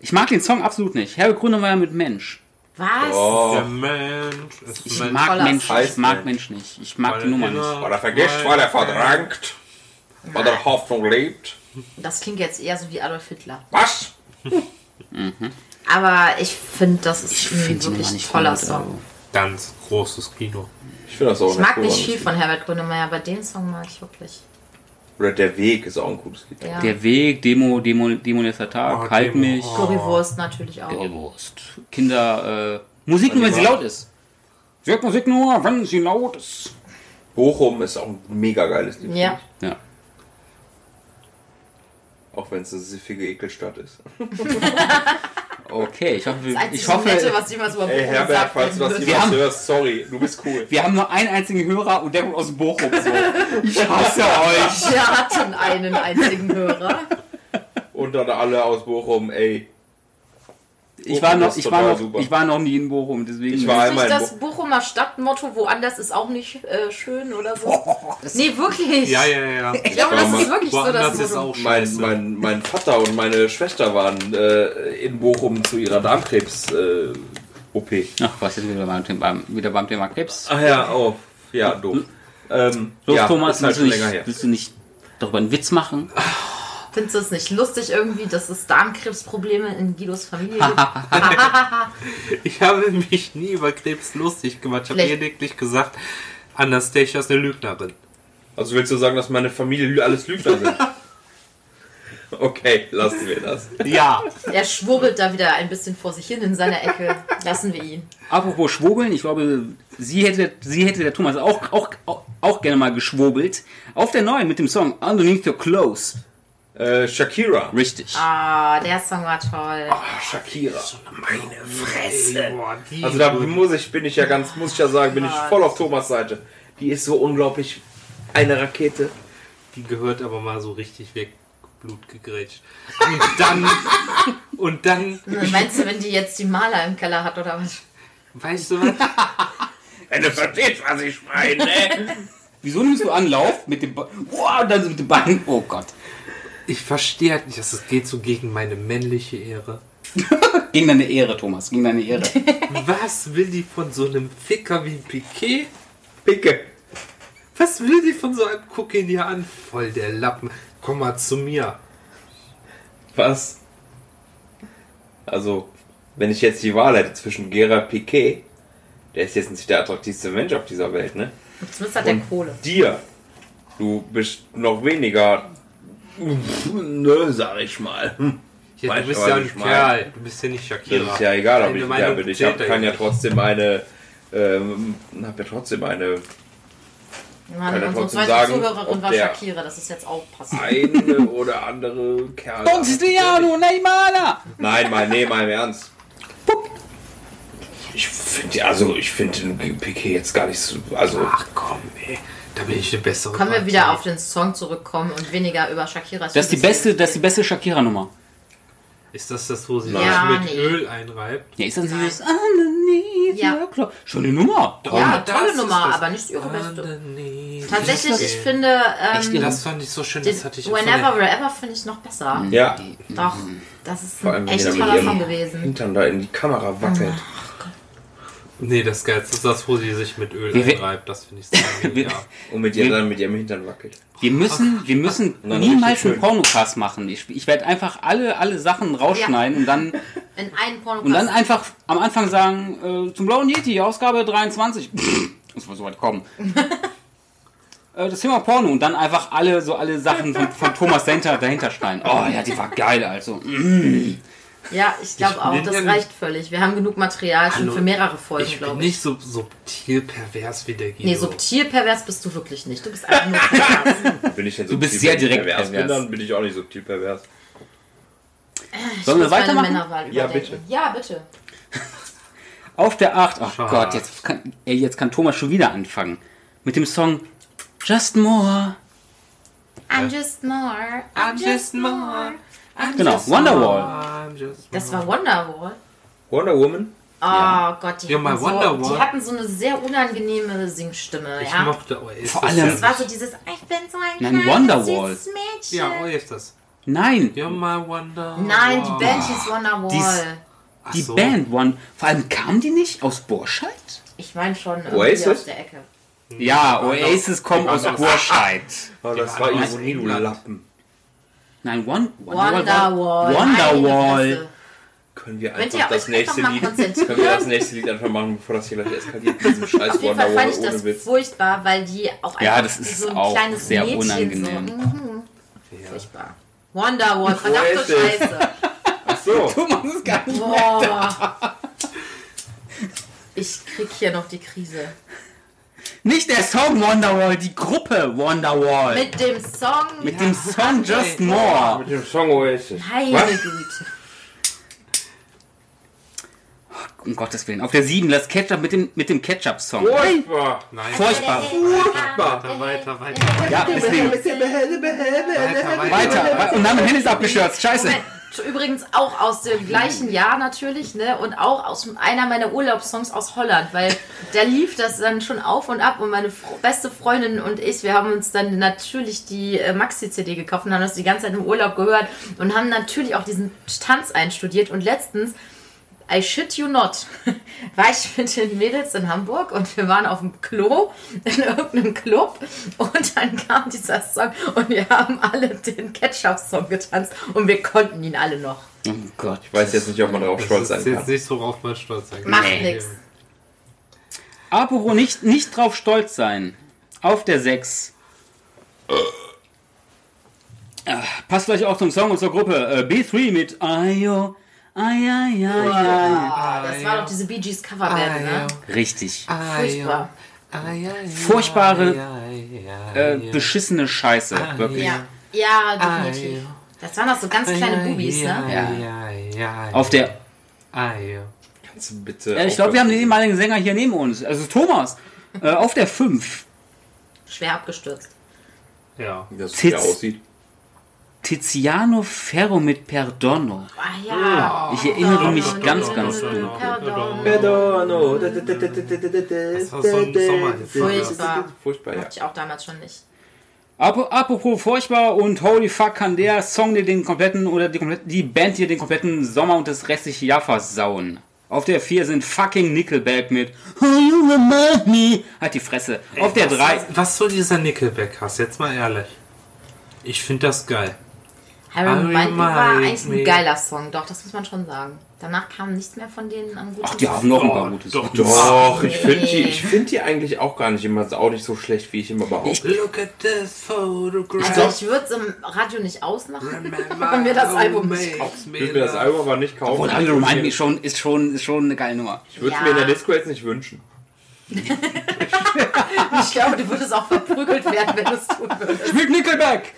Ich mag den Song absolut nicht. Herbert Grönemeyer mit Mensch. Was? Oh, Der Mensch ist Ich mein- mag Voller Mensch, ich Scheiß, mag ey. Mensch nicht. Ich mag Weil die Nummer immer- nicht. war der vergisst, war der verdrängt, war der Hoffnung lebt. Das klingt jetzt eher so wie Adolf Hitler. Was? Aber ich finde, das ist Ich ein finde die Nummer wirklich nicht toller gut, Song. Ganz großes Kino. Ich finde das auch Ich mag cool, nicht viel das von Herbert Grönemeyer, aber den Song mag ich wirklich. Lied. Oder Der Weg ist auch ein gutes Lied. Ja. Der Weg, Demo, Demo, Demo letzter Tag, Oh, halt Demo, mich. oh. Currywurst natürlich auch. Bewusst. Kinder, äh, Musik nur, wenn sie laut ist. Sie hört Musik nur, wenn sie laut ist. Bochum ist auch ein mega geiles Lied. Ja. Ja. Auch wenn es eine siffige Ekelstadt ist. Okay, ich hoffe, wir- Das einzige ich hoffe Nette, was jemals über Ey, Bochum Herbert, gesagt falls du werden das wird. Wir haben- jemals hörst, sorry, du bist cool. wir haben nur einen einzigen Hörer und der kommt aus Bochum. So. Ich hasse euch. Wir hatten einen einzigen Hörer. Und dann alle aus Bochum, ey. Ich war Bochum noch, ist ich total war noch, super. ich war noch nie in Bochum, deswegen. Ich war- Nicht Einmal in das Bochumer Stadtmotto, woanders ist auch nicht äh, schön oder so. nee, wirklich. Ja, ja, ja. ja. Ich glaube, Ich war das ist mal- wirklich so das Woanders ist Motto. auch Mein, scheiße. mein, mein Vater und meine Schwester waren äh, in Bochum zu ihrer äh, Darmkrebs-OP. Ach, was jetzt wieder beim Thema, wieder beim Thema Krebs? Ach ja, oh, ja, doof. Ähm, Los, ja, Thomas, ist willst, halt du schon länger nicht, her. willst du nicht darüber einen Witz machen? Findest du es nicht lustig irgendwie, dass es Darmkrebsprobleme in Guidos Familie gibt? Ich habe mich nie über Krebs lustig gemacht. Ich habe Vielleicht- lediglich gesagt, Anastasia ist eine Lügnerin. Also willst du sagen, dass meine Familie lü- alles Lügner sind? okay, lassen wir das. Ja. er schwurbelt da wieder ein bisschen vor sich hin in seiner Ecke. Lassen wir ihn. Apropos Schwurbeln, ich glaube, sie hätte, sie hätte der Thomas auch, auch, auch, auch gerne mal geschwurbelt. Auf der neuen mit dem Song Underneath Your Clothes. Äh, Shakira. Richtig. Ah, der Song war toll. Ah, Shakira. Meine Fresse. Boah, die Also da muss ich, bin ich ja ganz, muss ich ja sagen, bin ich Mann. voll auf Thomas Seite. Die ist so unglaublich eine Rakete. Die gehört aber mal so richtig weg, Blut gegrätscht. Und dann, und dann, Meinst du, wenn die jetzt die Maler im Keller hat oder was? weißt du was? Wenn du verstehst, was ich meine. ne? Wieso nimmst du Anlauf mit dem Be Boah, und dann so mit dem Bein? Oh Gott. Ich verstehe halt nicht, dass es geht so gegen meine männliche Ehre. Ging deine Ehre, Thomas. Ging deine Ehre. Was will die von so einem Ficker wie Piquet? Picke. Was will die von so einem Guck ihn hier an? Voll der Lappen. Komm mal zu mir. Was? Also, wenn ich jetzt die Wahl hätte zwischen Gerard Piquet, der ist jetzt nicht der attraktivste Mensch auf dieser Welt, ne? Zumindest hat der Kohle. Dir. Du bist noch weniger. Nö, sag ich mal. Hm. Ja, Weiß du bist aber ja ein nicht mein. Kerl. Du bist ja nicht Shakira. Das ist ja egal, ob Deine ich ein Meinung Kerl bin. Ich hab, zählt kann ja nicht. trotzdem eine. Ähm, hab ja trotzdem eine. Mann, kann ja unsere trotzdem zweite sagen, Zuhörerin ob war der- Shakira, das ist jetzt auch passend. Eine oder andere Kerl. Cristiano Neymar! Nein, mal, nee, mal im Ernst. Ich finde, also ich finde den Piquet jetzt gar nicht so. Also, Ach komm, ey. Da bin ich eine bessere. Können wir Partei. wieder auf den Song zurückkommen und weniger über Shakiras Das ist die Videos beste, das ist die beste Shakira-Nummer. Ist das das, wo sie Nein. sich Ja, mit nee. Öl einreibt? Ja, ist das nicht das Underneath Ja. your clo- Schöne Nummer. Ja, das tolle ist Nummer, das. aber nicht ihre beste. Underneath. Tatsächlich, ich finde, Echt ähm, ihre- Das fand ich so schön. Das den hatte ich auch von Whenever, der- Wherever finde ich noch besser. ja. Doch, das ist Mhm. Vor allem, ein wenn die echt da mit toller Song ihrem gewesen. Hintern da in die Kamera wackelt. Nee, das Geilste ist das, wo sie sich mit Öl Wir- einreibt. Das finde ich so genial. Und mit ihr dann mit ihrem Hintern wackelt. Wir müssen, wir müssen dann niemals richtig einen schön. Pornocast machen. Ich, ich werde einfach alle, alle Sachen rausschneiden und dann, In einen und dann Pornokast. einfach am Anfang sagen, äh, zum Blauen Yeti, Ausgabe 23. Muss man so weit kommen. Äh, Das Thema Porno und dann einfach alle so alle Sachen von, von Thomas dahinter, dahinter schreien. Oh ja, die war geil, also. Ja, ich glaube auch, bin das ja nicht- reicht völlig. Wir haben genug Material schon Hallo, für mehrere Folgen, Ich bin glaube ich. nicht so subtil pervers wie der Guido. Nee, subtil pervers bist du wirklich nicht. Du bist einfach nur pervers. Bin ich denn Du bist subtil sehr direkt Bin, pervers. dann bin ich auch nicht subtil pervers. Sollen wir Ich muss meine weitermachen? Männerwahl Ja, überdenken. Ja, bitte. Auf der 8. Ach Schade. Gott, jetzt kann, ey, jetzt kann Thomas schon wieder anfangen. Mit dem Song Just More. I'm just more. I'm just more. Genau, Wonderwall. I'm just Das war Wonderwall. Wonder Woman? Oh Gott, die Ja, mal hatten, so, Wonderwall. die hatten so eine sehr unangenehme Singstimme. Ich ja. mochte oh, ist Vor das allem- Das war Ja, so dieses Ich bin so ein Nein, kleines Wonderwall. süßes Mädchen. ja, oh, ist das. Nein, You're my wonder. Nein, die Band hieß Dies- Wonderwall. Ach die so. Band One. Vor allem kam die nicht aus Borscheid? Ich meine schon irgendwie Oasis? aus der Ecke. Ja, Oasis kommt aus Borscheid. Oh, das Ja, war aus Ironie, du England. Lappen. Nein, One, Wonderwall. Meine Wonderwall. Fresse. Können wir Könnt einfach ihr euch das einfach nächste mal Lied. konzentrieren? Können wir das nächste Lied einfach machen, bevor das hier gleich eskaliert mit diesem scheiß Auf jeden Fall Wonderwall fand ich ohne das Witz. furchtbar, weil die auch einfach Ja, das ist so ein auch kleines sehr Mädchen unangenehm. so. Mhm. Furchtbar. Wonderwall, verdammte Oasis. Scheiße. Ach so. Thomas ist gar nicht. Boah. Oh. Ich krieg hier noch die Krise. Nicht der Song Wonderwall, die Gruppe Wonderwall. Mit, Mit dem Song. dem Song Just More. Mit dem Song Oasis. Meine Güte. Um Gottes Willen. Auf der 7, das Ketchup mit dem, mit dem Ketchup-Song. Oh, Furchtbar. Nein, Furchtbar. weiter, weiter, weiter. Ja, deswegen. Weiter, weiter. Weiter. Und dann Hill ist abgestürzt. Scheiße. Übrigens auch aus dem gleichen Jahr natürlich, ne? Und auch aus einer meiner Urlaubssongs aus Holland, weil da lief das dann schon auf und ab und meine fr- beste Freundin und ich, wir haben uns dann natürlich die äh, Maxi-CD gekauft und haben das die ganze Zeit im Urlaub gehört und haben natürlich auch diesen Tanz einstudiert und letztens I shit you not. War ich mit den Mädels in Hamburg und wir waren auf dem Klo in irgendeinem Club und dann kam dieser Song und wir haben alle den Ketchup-Song getanzt und wir konnten ihn alle noch. Oh Gott. Ich weiß jetzt nicht, ob man darauf Das stolz sein ist jetzt kann. nicht so, worauf man stolz sein kann. Macht nix. Apropos nicht, nicht drauf stolz sein. Auf der 6. Äh, Passt vielleicht auch zum Song und zur Gruppe. Äh, B3 mit Ayo. Ai, ai, ai, Ah, ai. Ah, das war doch diese Bee Gees Coverband, ne? Richtig. Furchtbar. ah, Furchtbare, äh, beschissene Äh, Scheiße. Wirklich. Ja, ja definitiv. Das waren doch so ganz kleine Bubis, ne? Ja, ja, ja. Auf der. Ah, ja. Kannst du bitte. Äh, ich glaube, wir haben den ehemaligen Sänger hier neben uns. Also Thomas. Äh, auf der 5. Schwer abgestürzt. Ja. Wie das Titz. wieder aussieht. Tiziano Ferro mit Perdono. Ah ja. Ich erinnere mich Pardon, ganz, pardon, ganz pardon, dunkel. Pardon. Perdono. Das war so ein Sommerhit. Furchtbar. Furchtbar, ja. Hatte ich auch damals schon nicht. Ap- Apropos furchtbar und holy fuck kann der Song dir den kompletten oder die, komplette- die Band hier den kompletten Sommer und das restliche Jahr versauen. Auf der 4 sind fucking Nickelback mit Oh you remind me. Halt die Fresse. Auf der 3. Was soll dieser Nickelback-Hass? Jetzt mal ehrlich. Ich finde das geil. Harry Harry Remind Me war Remind eigentlich Me. ein geiler Song, doch, das muss man schon sagen. Danach kam nichts mehr von denen an guten Ach, die haben noch ein paar Oh, gutes. doch, Doch, ich finde die, Nee. ich find die eigentlich auch gar nicht immer auch nicht so schlecht, wie ich immer behaupte. Look at this photograph. Also ich würde es im Radio nicht ausmachen, wenn wir das Album nicht kaufen. Ich würde mir das Album aber nicht kaufen. Obwohl, Harry Remind Me schon, ist, schon, ist schon eine geile Nummer. Ich würde es Ja. mir in der Disco jetzt nicht wünschen. Ich glaube, du würdest auch verprügelt werden, wenn du es tun würdest. Spielt Nickelback!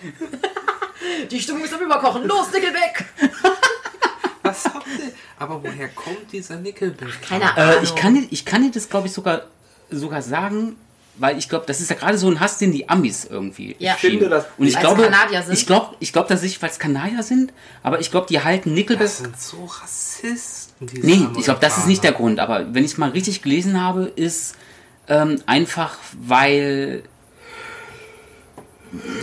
Die Stimmung ist am Überkochen. Los, Nickelback! Was habt ihr? Aber woher kommt dieser Nickelback? Keine Ahnung. Äh, ich, kann, dir- ich kann dir das, glaube ich, sogar, sogar sagen, weil ich glaube, das ist ja gerade so ein Hass, den die Amis irgendwie Ja. schieben. Finde das- Und ich Weil's glaube, Kanadier sind. ich glaube, ich glaube, dass ich, weil es Kanadier sind, aber ich glaube, die halten Nickelback. Das sind so Rassisten. Diese Nee, ich glaube, das ist nicht der Amerikaner. Grund, aber wenn ich es mal richtig gelesen habe, ist ähm, einfach, weil.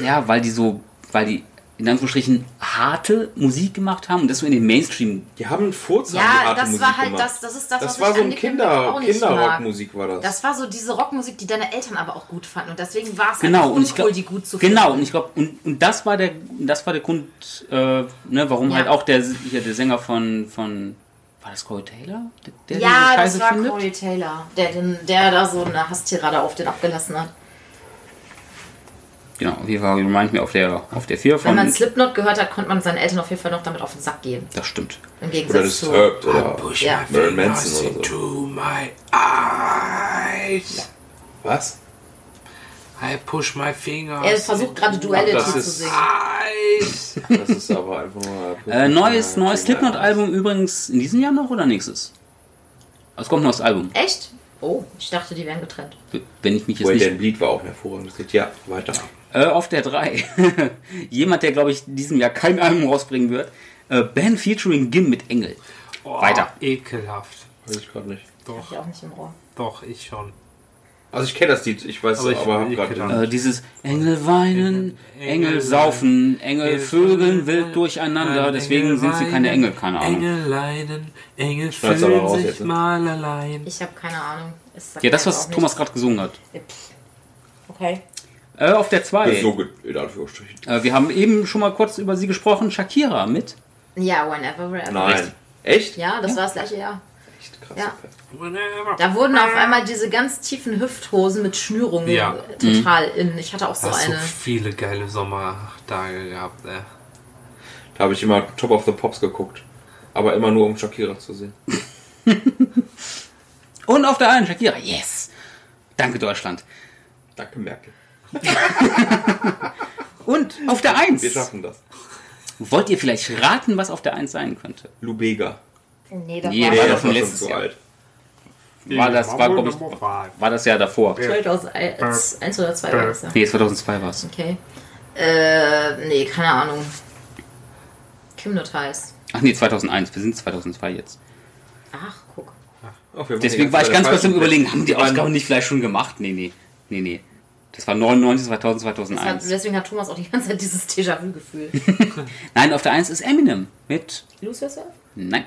Ja, weil die so, weil die in Anführungsstrichen harte Musik gemacht haben und das so in den Mainstream. Die haben einen Furz an die ja, Art das Musik war halt gemacht. das, das ist das, was Das war ich so an ein Nickelback Kinder, auch nicht mag. Kinderrockmusik war das. Das war so diese Rockmusik, die deine Eltern aber auch gut fanden und deswegen war es Genau, einfach und ich uncool, glaube, die gut zu genau, und finden. ich glaube, und, und das war der, das war der Grund, äh, ne, warum Ja. halt auch der, hier, der Sänger von, von, war das Corey Taylor? Der, der diese Ja, das Scheiße war findet? Corey Taylor, der, den, der da so eine Hasstirade auf den abgelassen hat. Genau, auf jeden Fall remind me auf der, auf der 4 Wenn von. man Slipknot gehört hat, konnte man seinen Eltern auf jeden Fall noch damit auf den Sack gehen. Das stimmt. Im oder Gegensatz zu. Disturbed oder Push Ja. my Marilyn fingers Manson oder so. into my eyes. Was? I push my fingers. Er versucht gerade Duality das zu ist- singen. Eyes. Das ist aber einfach nur. Äh, neues neues Ja. Slipknot-Album übrigens in diesem Jahr noch oder nächstes? Es kommt ein neues Album, Echt? Oh, ich dachte, die wären getrennt. wenn ich mich jetzt Wait nicht... and Bleed war auch ein hervorragendes Lied. Ja, weiter. Äh, auf der 3. Jemand, der, glaube ich, in diesem Jahr kein Album rausbringen wird. Äh, Ben featuring Gim mit Engel. Oh, Weiter. Ekelhaft. Weiß ich gerade nicht. Hab ich auch nicht im Ohr. Doch, ich schon. Also ich kenne das Lied, ich weiß Aber aber, ich- aber habe ich gerade kenn nicht. Äh, dieses Engel weinen, Engel saufen, Engel vögeln wild durcheinander. Deswegen sind sie keine Engel, keine Ahnung. Engel leiden, Engel Schneid's aber fühlen raus sich jetzt, ne? mal allein. Ich habe keine Ahnung. Es sagt Ja, das, mir was auch Thomas gerade gesungen hat. nichts. Pff. Okay. Äh, auf der 2. So gut, in Anführungsstrichen. Äh, wir haben eben schon mal kurz über sie gesprochen. Shakira mit. Ja, whenever, wherever. Nein. Echt? Ja, das war das gleiche Jahr. Echt krass. Ja. Whenever. Da wurden auf einmal diese ganz tiefen Hüfthosen mit Schnürungen Ja. äh, total in. Ich hatte auch so Hast du eine. viele geile Sommertage gehabt, ne? ey. Da habe ich immer Top of the Pops geguckt. Aber immer nur, um Shakira zu sehen. Und auf der 1 Shakira. Yes. Danke, Deutschland. Danke, Merkel. Und auf der 1. Wir schaffen das. Wollt ihr vielleicht raten, was auf der 1 sein könnte? Lubega. Nee, das Nee, war das war Nee, das war schon letztes zu Jahr. alt. War das, war, glaub ich, war das Jahr davor? 2001 eins oder Äh. 2 war das ja. Nee, 2002 war es. Okay. Äh, nee, keine Ahnung. Kimnotize. Ach nee, 2001. Wir sind 2002 jetzt. Ach, guck. Ach, wir Deswegen wurden war jetzt ich bei ganz der kurz im falschen- Überlegen, haben die Mann. Ausgaben nicht vielleicht schon gemacht? Nee, nee. Nee, nee. Das war 99, 2000, Das hat, 2001. deswegen hat Thomas auch die ganze Zeit dieses Déjà-vu-Gefühl. Nein, auf der 1 ist Eminem mit Lose yourself? Nein.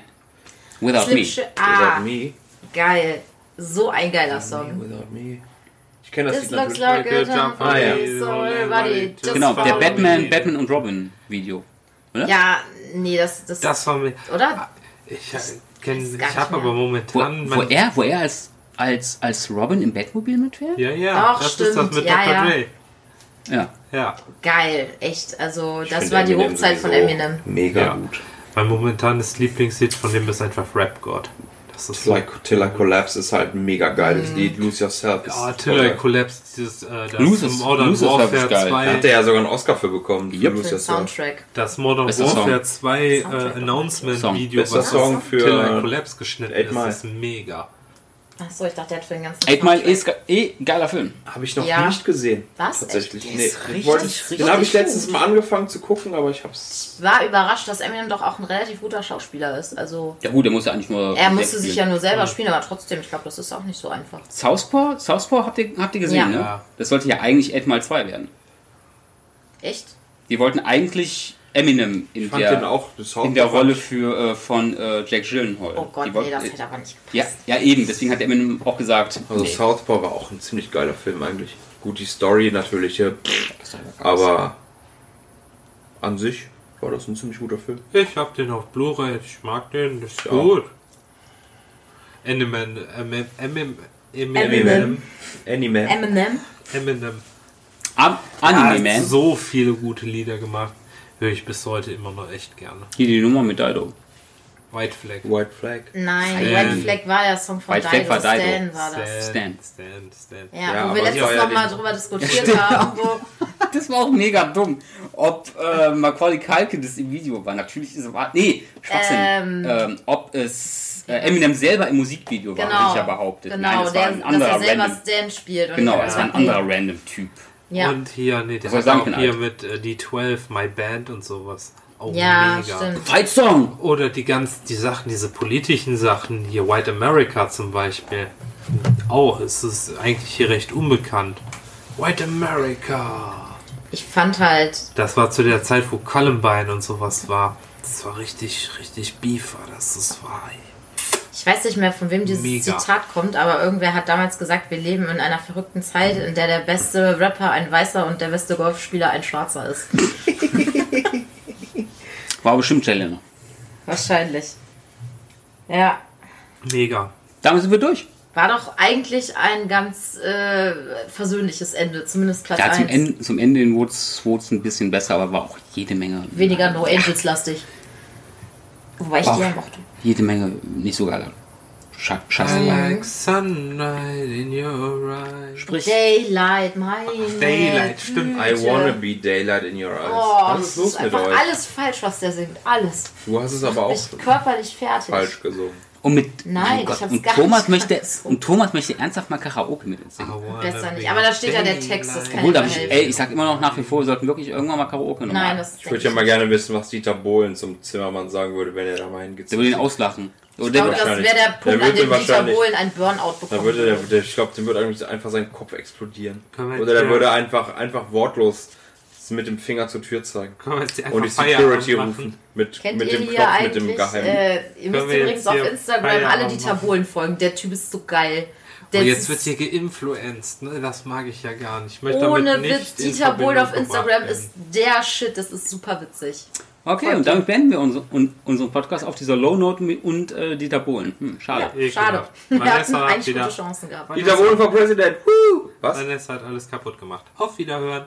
Without Slim Me. Shady. Without Ah, me. geil. So ein geiler Song. Without me. Ich kenne das This Lied looks natürlich. like like a a jump jump on on me, me, so everybody just Genau, der follow me. Batman, Batman und Robin Video. Ja, nee, das, das, Das war mir. oder? Ich, äh, kenn- gar ich habe nicht mehr. aber Wo, momentan. wo er, wo er als, als, als Robin im Batmobil mitfährt? ja, ja, Doch, das ist das stimmt. mit Ja, Dr. ja. Dre. Ja. Ja. Geil, echt. Also, Ich das finde war die Eminem Hochzeit von sowieso Eminem. Mega Ja. gut. Mein momentanes Lieblingslied von dem ist einfach Rap God. Das Das ist so. Till I, Till I Collapse ist halt ein mega geiles Mhm. Lied. Lose Yourself ist Ja, Till I toll. Ah, Collapse, dieses, äh, das Lose is- Modern Lose is Warfare wirklich geil. 2. Da hat er ja sogar einen Oscar für bekommen. für Yep. Lose Für den Yourself. Soundtrack. Das Modern Bester Song. Warfare 2 äh, Soundtrack. Song. Announcement-Video, Bester Song Till I für Collapse geschnitten Eight ist, Mile. ist mega. Achso, ich dachte, der hat für den ganzen. 8 Mile Soundtrack. ist ge eh geiler Film. Habe ich noch Ja. nicht gesehen. Was? Tatsächlich. Echt? Der Nee, ist ich richtig, wollte- Den richtig habe ich letztens gut. mal angefangen zu gucken, aber ich habe es. War überrascht, dass Eminem doch auch ein relativ guter Schauspieler ist. Also. Ja gut, der muss ja eigentlich nur... Er musste sich ja spielen. nur selber spielen, aber trotzdem, ich glaube, das ist auch nicht so einfach. Southpaw? Southpaw habt ihr, habt ihr gesehen, Ja. ne? Ja. Das sollte ja eigentlich 8 mal 2 werden. Echt? Die wollten eigentlich Eminem in Fand der, den auch das in der Hauptprogramm. Rolle für, äh, von äh, Jack Gyllenhaal. Oh Gott, Die wollten- nee, das hätte aber nicht gepasst. ja, ja, eben. Deswegen hat Eminem auch gesagt... Also nee. Southpaw war auch ein ziemlich geiler Film eigentlich. Gut, die Story natürlich, ja, aber an sich war das ein ziemlich guter Film. Ich hab den auf Blu-ray, ich mag den, das ist Ja. gut. Eminem, Eminem, Eminem, Eminem, Eminem. Anime. Eminem? Eminem. Am- Er Anime hat Man. so viele gute Lieder gemacht, höre ich bis heute immer noch echt gerne. Hier die Nummer mit Dido. White Flag. White Flag. Stan. Nein, White Flag war der Song von White Flag Dido. war Dido. Stan war das. Stan. Stan, Stan. Ja, Ja, wo wir aber letztens die war ja nochmal den- drüber diskutiert haben. Wo, Das war auch mega dumm, ob äh, Macaulay Culkin das im Video war. Natürlich ist es war. Nee, Schwachsinn. Ähm, Ähm. ob es äh, Eminem selber im Musikvideo war, genau. hätte ich ja behauptet. Genau, Nein, das der, war ein anderer dass er selber random. Stan spielt. Und Genau, ich das hab war ein gesagt, nee. anderer random Typ. Ja, Und hier, nee, der Was hat soll ich auch sagen, hier Alter? mit äh, die 12, My Band und sowas. Auch ja mega. stimmt. Fight Song! Oder die ganz, die Sachen, diese politischen Sachen, hier White America zum Beispiel. Auch ist es eigentlich hier recht unbekannt. White America. Ich fand halt, Das war zu der Zeit, wo Columbine und sowas war. Das war richtig, richtig Beef war das. Das war ey. ich weiß nicht mehr, von wem dieses Mega. Zitat kommt, aber irgendwer hat damals gesagt, wir leben in einer verrückten Zeit, in der der beste Rapper ein Weißer und der beste Golfspieler ein Schwarzer ist. War bestimmt Challenger. Wahrscheinlich. Ja. mega. Damit sind wir durch. War doch eigentlich ein ganz äh, versöhnliches Ende, zumindest Platz Ja, zum 1. Ende, zum Ende in Woods, Woods ein bisschen besser, aber war auch jede Menge. Weniger No Angels lastig. Wobei ich Wow. die ja mochte. Jede Menge nicht so geiler. Scha- Scheiße. Mhm. I like sunlight in your eyes. Sprich. Daylight, meine Daylight, Mhm. stimmt. I Güte. wanna be daylight in your eyes. Oh, Was das ist los ist mit einfach euch? alles falsch, was der singt. Alles. Du hast es aber auch Ich körperlich fertig. falsch gesungen. Und mit. Nein, oh Gott, ich hab's und gar Thomas nicht möchte gesagt. Und Thomas möchte ernsthaft mal Karaoke mit uns singen. Besser nicht. Aber da steht ja der Text, das kann Obwohl, da ich hab ich, helfen. ey, ich sag immer noch nach wie vor, wir sollten wirklich irgendwann mal Karaoke nochmal. Äh, Nein, das ist Ich würde ja mal gerne wissen, was Dieter Bohlen zum Zimmermann sagen würde, wenn er da mal Der hingezogen würde ihn auslachen. Oder Ich der glaube, das wahrscheinlich. wäre der Der Punkt, an würde dem Dieter wahrscheinlich- Bohlen ein Burnout bekommt. Da würde der, der ich glaube, dem würde eigentlich einfach sein Kopf explodieren. Können wir- Oder der ja. würde einfach, einfach wortlos mit dem Finger zur Tür zeigen. Können wir jetzt hier einfach Und die Feierabend Security machen? rufen. Mit, Kennt mit ihr dem hier Knopf, mit eigentlich? dem Geheimen. Äh, ihr müsst wir jetzt übrigens auf hier Instagram Feierabend alle Dieter machen? Bohlen folgen. Der Typ ist so geil. Der Und jetzt ist wird hier geinfluenzt, ne? Das mag ich ja gar nicht. Ich möchte ohne damit nicht Witz. in Dieter Bohlen Verbindung auf Instagram gebracht ist der Shit. Das ist super witzig. Okay, und damit beenden wir unsere, un, unseren Podcast auf dieser Low Note mit- und äh, Dieter Bohlen. Hm, schade. Ekelhaft. Schade. Wir hatten Vanessa hat eigentlich wieder, gute Chancen gehabt. Dieter Bohlen for President. Woo! Was? Vanessa hat alles kaputt gemacht. Auf Wiederhören.